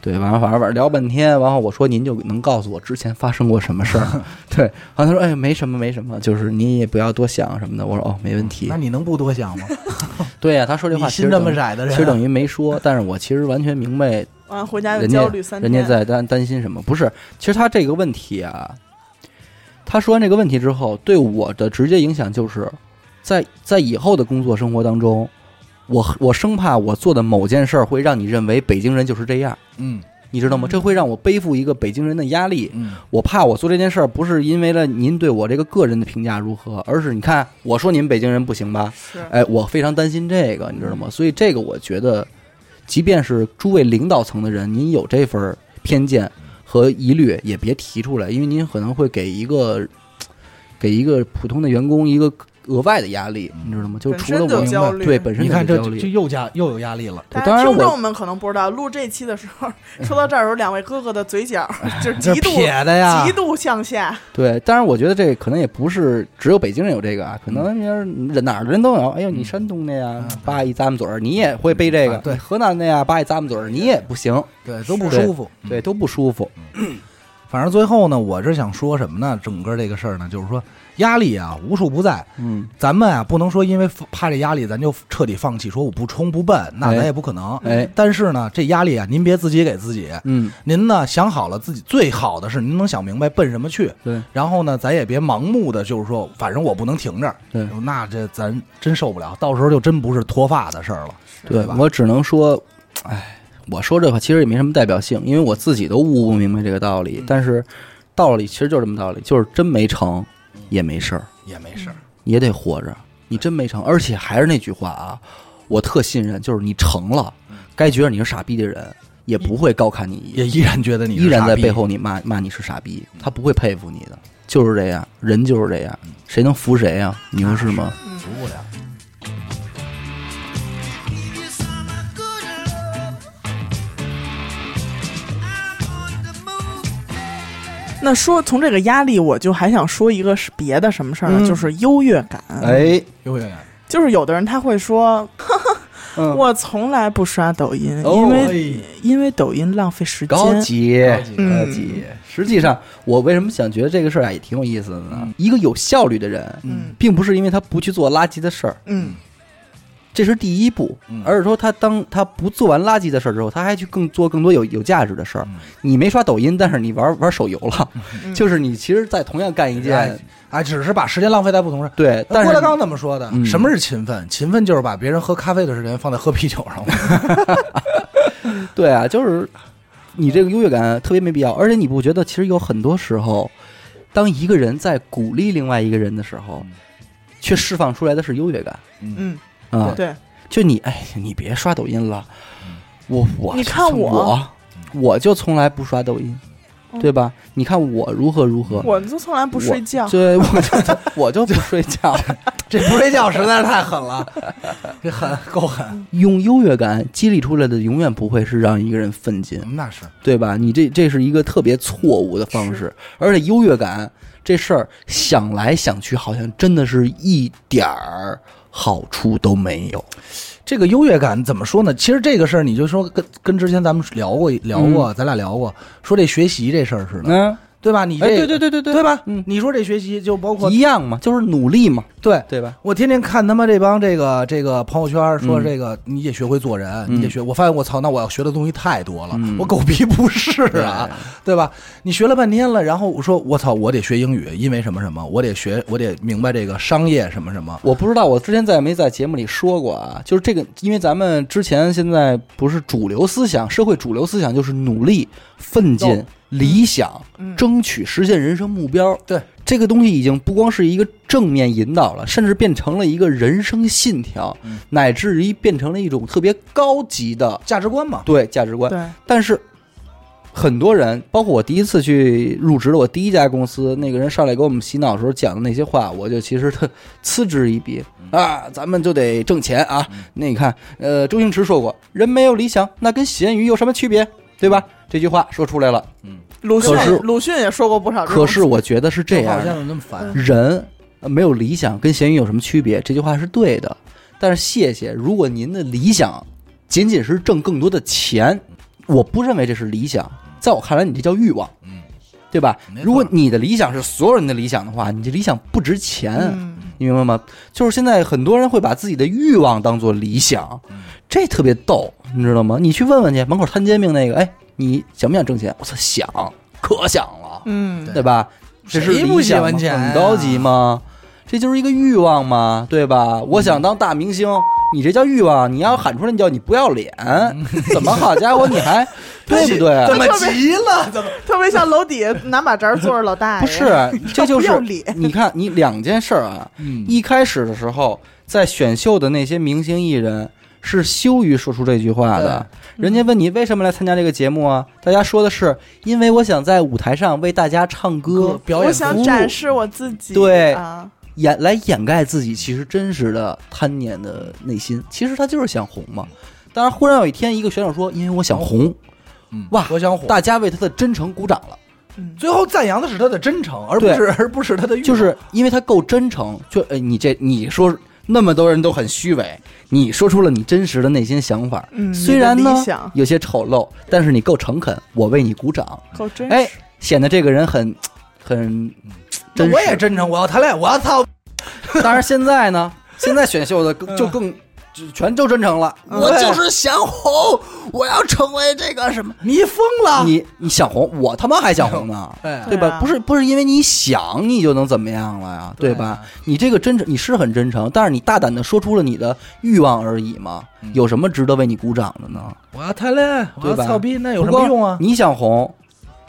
D: 对，完了，反正反正聊半天，然后我说您就能告诉我之前发生过什么事 儿，对，然后他说哎没什么没什么，就是您也不要多想什么的，我说哦没问题
C: 那，你能不多想吗？
D: 对呀、他 说这话
C: 嗯你
D: 其实
C: 心这么啊
D: 等于
C: 窄的人，
D: 其实等于没说，但是我其实完全明白
B: 完了回家又
D: 人家
B: 焦虑三天，
D: 人家在担担心什么？不是，其实他这个问题啊，他说完这个问题之后，对我的直接影响就是，在在以后的工作生活当中，我我生怕我做的某件事儿会让你认为北京人就是这样，
C: 嗯
D: 你知道吗？这会让我背负一个北京人的压力。
C: 嗯
D: 我怕我做这件事儿不是因为了您对我这个个人的评价如何，而是你看我说你们北京人不行吧，
B: 是
D: 哎，我非常担心这个，你知道吗？所以这个我觉得，即便是诸位领导层的人，您有这份儿偏见和疑虑，也别提出来，因为您可能会给一个给一个普通的员工一个额外的压力，你知道吗？就
B: 本
D: 除了
B: 身就
D: 我
B: 焦虑
D: 对本身
C: 你看
D: 就
C: 这
D: 有焦
C: 就就
D: 虑，
C: 又加又有压力了。
D: 对
B: 但
D: 当然
B: 是听
D: 我
B: 众们可能不知道，录这期的时候，说到这儿的时候，两位哥哥的嘴角
D: 哎
B: 就是极度
C: 撇的呀
B: 极，度向下，
D: 对。当然，我觉得这可能也不是只有北京人有这个啊，可能人哪儿的人都有。哎呦，你山东的呀，叭一咂么嘴儿，你也会背这个；
C: 嗯啊对
D: 你河南的呀，叭一咂么嘴儿，你也不行，
C: 对，都不
D: 对
C: 舒服。嗯
D: 对，都不舒服。
C: 反正最后呢，我是想说什么呢？整个这个事儿呢，就是说压力啊无处不在。
D: 嗯，
C: 咱们啊不能说因为怕这压力，咱就彻底放弃，说我不冲不奔，那咱也不可能。
D: 哎，
C: 但是呢，这压力啊，您别自己给自己。
D: 嗯，
C: 您呢想好了自己最好的是您能想明白奔什么去，
D: 对。
C: 然后呢，咱也别盲目的就是说，反正我不能停这儿，
D: 对
C: 那这咱真受不了，到时候就真不是脱发的事儿了，
D: 对
C: 吧？
D: 我只能说，哎，我说这话其实也没什么代表性，因为我自己都悟不
C: 嗯
D: 明白这个道理。但是道理其实就这么道理，就是真没成也没事儿，
C: 也没事儿。
D: 也得活着。你真没成，而且还是那句话啊，我特信任，就是你成了，该觉得你是傻逼的人也不会高看你一眼，
C: 嗯也依然觉得你
D: 依
C: 是
D: 然
C: 傻
D: 在
C: 逼嗯
D: 背后你骂骂你是傻逼，他不会佩服你的，就是这样，人就是这样，谁能服谁啊？牛是吗？
C: 服务了。
B: 那说从这个压力，我就还想说一个是别的什么事儿呢，啊
D: 嗯
B: 就是优越感。
D: 哎，
C: 优越感，
B: 就是有的人他会说，我从来不刷抖音，
D: 嗯哦
B: 因
D: 哎
B: 为因为抖音浪费时间。
D: 高级，
C: 高级
D: 高级。实际上，我为什么想觉得这个事儿啊也挺有意思的呢？一个有效率的人，
B: 嗯
D: 并不是因为他不去做垃圾的事儿，
B: 嗯
D: 这是第一步
C: 嗯，
D: 而是说他当他不做完垃圾的事儿之后，他还去更做更多有有价值的事儿。你没刷抖音，但是你玩玩手游了，就是你其实，在同样干一件
C: 哎哎，只是把时间浪费在不同上。
D: 对，但
C: 郭德
D: 是
C: 纲怎么说的？
D: 嗯
C: 什么是勤奋？勤奋就是把别人喝咖啡的时间放在喝啤酒上。
D: 对啊，就是你这个优越感特别没必要，而且你不觉得其实有很多时候，当一个人在鼓励另外一个人的时候
C: 嗯，
D: 却释放出来的是优越感
C: 嗯，
B: 嗯，
D: 啊、
B: 对，
D: 就你，哎，你别刷抖音了，我我
B: 你看
D: 我
B: 我
D: 我就从来不刷抖音，
B: 嗯
D: 对吧？你看我如何如何，
B: 我就从来不睡觉
D: 我。对，我就我就不睡 觉，
C: 这不睡觉实在是太 狠了，这狠够狠。
D: 用优越感激励出来的，永远不会是让一个人奋进，
C: 嗯那是
D: 对吧？你这这是一个特别错误的方式，而且优越感这事儿想来想去，好像真的是一点儿好处都没有。
C: 这个优越感怎么说呢？其实这个事儿，你就说跟跟之前咱们聊过聊过，咱俩聊过，说这学习这事儿似的，
D: 嗯，
C: 对吧？你这、
D: 哎，对对对对对，
C: 对吧？
D: 嗯，
C: 你说这学习就包括
D: 一样嘛，就是努力嘛，
C: 对
D: 对吧？
C: 我天天看他妈这帮这个这个朋友圈说
D: 嗯
C: 这个，你得学会做人，你得学。我发现我操，那我要学的东西太多了，
D: 嗯
C: 我狗屁不是啊，对吧？你学了半天了，然后我说我操，我得学英语，因为什么什么，我得学，我得明白这个商业什么什么。
D: 我不知道，我之前在没在节目里说过啊，就是这个，因为咱们之前现在不是主流思想，社会主流思想就是努力、奋进、
C: 嗯
D: 理想、
B: 嗯
D: 争取实现人生目标。
C: 对，
D: 这个东西已经不光是一个正面引导了，甚至变成了一个人生信条，
C: 嗯
D: 乃至于变成了一种特别高级的
C: 价值观嘛，
D: 对价值观。
B: 对，
D: 但是很多人，包括我第一次去入职的我第一家公司，那个人上来给我们洗脑的时候讲的那些话，我就其实特嗤之以鼻啊，咱们就得挣钱啊。那你看，呃，周星驰说过，人没有理想，那跟咸鱼有什么区别，对吧？这句话说出来了，
B: 鲁迅
D: 可是
B: 鲁迅也说过不少这种。
D: 可是我觉得是这
C: 话
D: 样
C: 现
D: 的，
C: 在那么烦，
D: 人呃没有理想跟咸鱼有什么区别？这句话是对的，但是谢谢，如果您的理想仅仅是挣更多的钱，我不认为这是理想，在我看来，你这叫欲望，
C: 嗯，
D: 对吧
C: 没？错
D: 如果你的理想是所有人的理想的话，你这理想不值钱，
B: 嗯，
D: 你明白吗？就是现在很多人会把自己的欲望当做理想，
C: 嗯
D: 这特别逗，你知道吗？你去问问去，门口摊煎饼那个，哎，你想不想挣钱？我操，想，可想了，
B: 嗯，
D: 对吧？这是
C: 谁不
D: 理想
C: 喜欢
D: 吗
C: 钱
D: 很
C: 啊
D: 高级吗？这就是一个欲望嘛，对吧？
C: 嗯
D: 我想当大明星，你这叫欲望，你要喊出来你叫你不要脸，怎么好家伙，你 还对不对？
C: 嗯怎么急了？怎么
B: 特别像楼底下拿马扎儿坐着老大爷。
D: 不是，这就
B: 不
D: 是
B: 要脸
D: 你看，你两件事儿啊。
C: 嗯
D: 一开始的时候，在选秀的那些明星艺人是羞于说出这句话的。人家问你为什么来参加这个节目啊？大家说的是因为我想在舞台上为大家唱歌，
C: 表演
B: 我
C: 服
B: 想
C: 务
B: 展示我自己。
D: 对
B: 啊，
D: 掩来掩盖自己其实真实的贪念的内心。其实他就是想红嘛。当然，忽然有一天，一个选手说：“因为我想红。
C: 嗯”
D: 哇，
C: 我想火。
D: 大家为他的真诚鼓掌了。
C: 最后赞扬的是他的真诚，而不
D: 对
C: 是而不是他的欲望。
D: 就是因为他够真诚，就呃，你这你说那么多人都很虚伪，你说出了你真实的内心想法，
B: 嗯
D: 虽然
B: 你的
D: 呢
B: 理想
D: 有些丑陋，但是你够诚恳，我为你鼓掌，
B: 够真
D: 哎
B: 实。，
D: 显得这个人很很真
C: 我也
D: 实。
C: 真诚，我要谈恋爱，我要操，
D: 当然现在呢，现在选秀的
C: 嗯
D: 更就更。就全都真诚了，我就是想红，我要成为这个什么？
C: 你疯了！
D: 你你想红，我他妈还想红 呢，
C: 哎，
D: 对
B: 对
D: 吧？
B: 啊
D: 不是不是因为你想你就能怎么样了呀，
C: 对
D: 对
C: 啊
D: 吧？你这个真诚，你是很真诚，但是你大胆的说出了你的欲望而已嘛，
C: 嗯
D: 有什么值得为你鼓掌的呢？
C: 我要谈恋爱，我
D: 对
C: 要
D: 吧？
C: 操逼，那有什么用啊
D: 不过？你想红，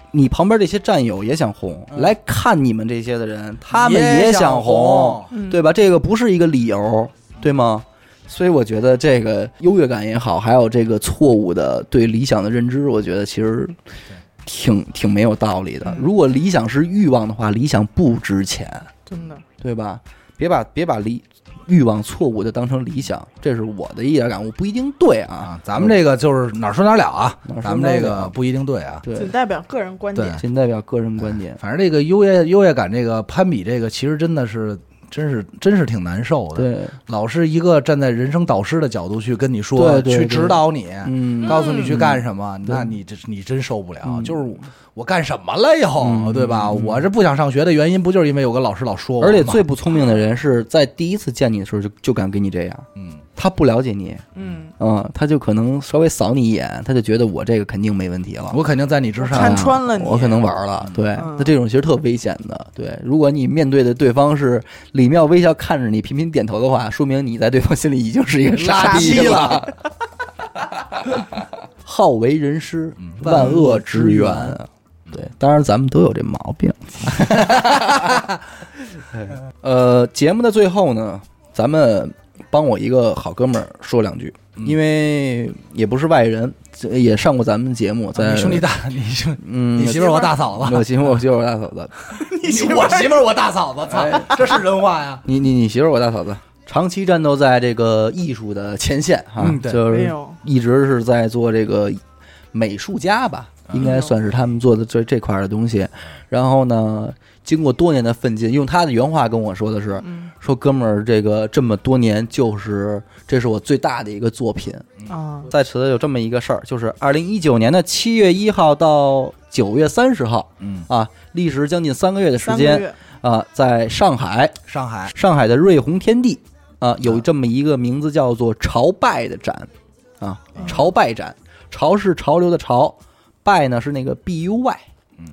D: 你旁边这些战友也想红，
C: 嗯
D: 来看你们这些的人，他们
C: 也
D: 想
C: 想
D: 红
C: 红，
B: 嗯
D: 对吧？这个不是一个理由，对吗？所以我觉得这个优越感也好，还有这个错误的对理想的认知，我觉得其实挺挺没有道理的。如果理想是欲望的话，理想不值钱，
B: 真的，
D: 对吧？别把别把理欲望错误的当成理想，这是我的一点感悟，不一定对啊
C: 啊，。咱们这个就是哪儿说哪儿了啊
D: 哪儿，说
C: 咱们
D: 哪儿
C: 这
D: 了
C: 个不一定对啊。
D: 对
B: 仅代表个人观
C: 嗯
B: 点。
D: 仅代表个人观点。
C: 反正这个优越优越感，这个攀比，这个其实真的是，真是真是挺难受的。
D: 对，
C: 老是一个站在人生导师的角度去跟你说，
D: 对对
C: 去
D: 对
C: 指导你，
D: 嗯，
C: 告诉你去干什么，
D: 对
C: 那你这你真受不了。
D: 嗯
C: 就是我我干什么了又，
D: 嗯
C: 对吧？我这不想上学的原因，不就是因为有个老师老说我吗？
D: 而且最不聪明的人是在第一次见你的时候就就敢跟你这样，
C: 嗯，
D: 他不了解你，
B: 嗯，
D: 嗯，他就可能稍微扫你一眼，他就觉得我这个肯定没问题了。
C: 我肯定在你之
B: 我看
C: 上。啊
B: 穿了你
D: 啊我可能玩了。对，
B: 嗯
D: 那这种其实特危险的。对，如果你面对的对方是礼貌微笑看着你，频频点头的话，说明你在对方心里已经是一个
B: 傻
D: 逼
B: 逼
D: 了。 好为人师，万恶之源。对，当然咱们都有这毛病。 呃，节目的最后呢，咱们帮我一个好哥们儿说两句，因为也不是外人，这也上过咱们节目，在
C: 啊你兄弟大，你兄
D: 嗯，
C: 你媳妇儿我大嫂子，
D: 我媳妇儿我媳妇儿我大嫂子，
C: 你我媳妇儿我哎大嫂子，操，这是人话呀！
D: 你你你媳妇儿我大嫂子，长期战斗在这个艺术的前线哈，
C: 嗯对
D: 就
B: 哎
D: 是
B: 呦，
D: 一直是在做这个美术家吧，
C: 嗯
D: 应该算是他们做的这这块儿的东西。然后呢，经过多年的奋进，用他的原话跟我说的是，
B: 嗯
D: 说哥们儿，这个这么多年就是这是我最大的一个作品，
B: 啊，
D: 在此有这么一个事儿，就是二零一九年的七月一号到九月三十号，
C: 嗯
D: 啊，历时将近三个月嗯的时
B: 三个
D: 间
B: 月，
D: 啊、在上海，
C: 上海，
D: 上海的瑞虹天地啊、有这么一个名字叫做“朝拜”的展啊，“朝拜展”，潮是潮流的潮，拜呢是那个 B U Y，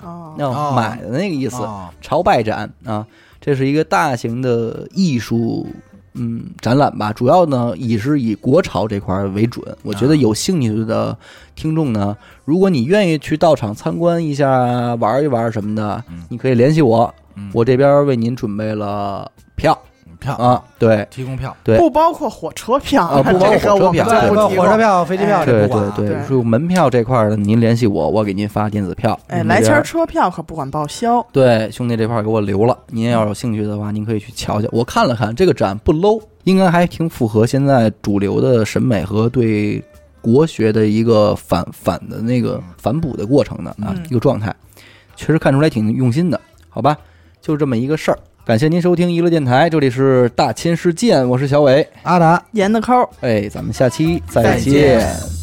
B: 哦，
D: 嗯那、
C: 哦
D: 买的那个意思，
C: 哦
D: 朝拜展啊，这是一个大型的艺术。嗯，展览吧，主要呢也是以国潮这块儿为准。我觉得有兴趣的听众呢，如果你愿意去到场参观一下、玩一玩什么的，你可以联系我，我这边为您准备了票
C: 嗯票
D: 啊。对，
C: 提供票，
D: 对
B: 不包括火车票，
D: 啊不包括
B: 这个
D: 火车
B: 我们
D: 票
B: 就
D: 对
B: 不
C: 包括
B: 提
C: 火车
B: 了。
C: 票、飞机票这
D: 对
C: 不管
D: 对
C: 啊。
D: 对，
B: 对
D: 说门票这块儿呢，您联系我，我给您发电子票。
B: 哎，
D: 您
B: 来
D: 这
B: 钱
D: 边
B: 儿车票可不管报销，
D: 对，兄弟这块儿给我留了。您
B: 嗯
D: 要有兴趣的话，您可以去瞧瞧。我看了看这个展不 low，应该还挺符合现在主流的审美和对国学的一个反反的那个反哺的过程的啊，
B: 嗯
D: 一个状态，确实看出来挺用心的，好吧？就这么一个事儿。感谢您收听娱乐电台，这里是大千世界，我是小伟。
C: 阿达，
B: 严的抠儿。
D: 哎，咱们下期再
C: 再见
D: 见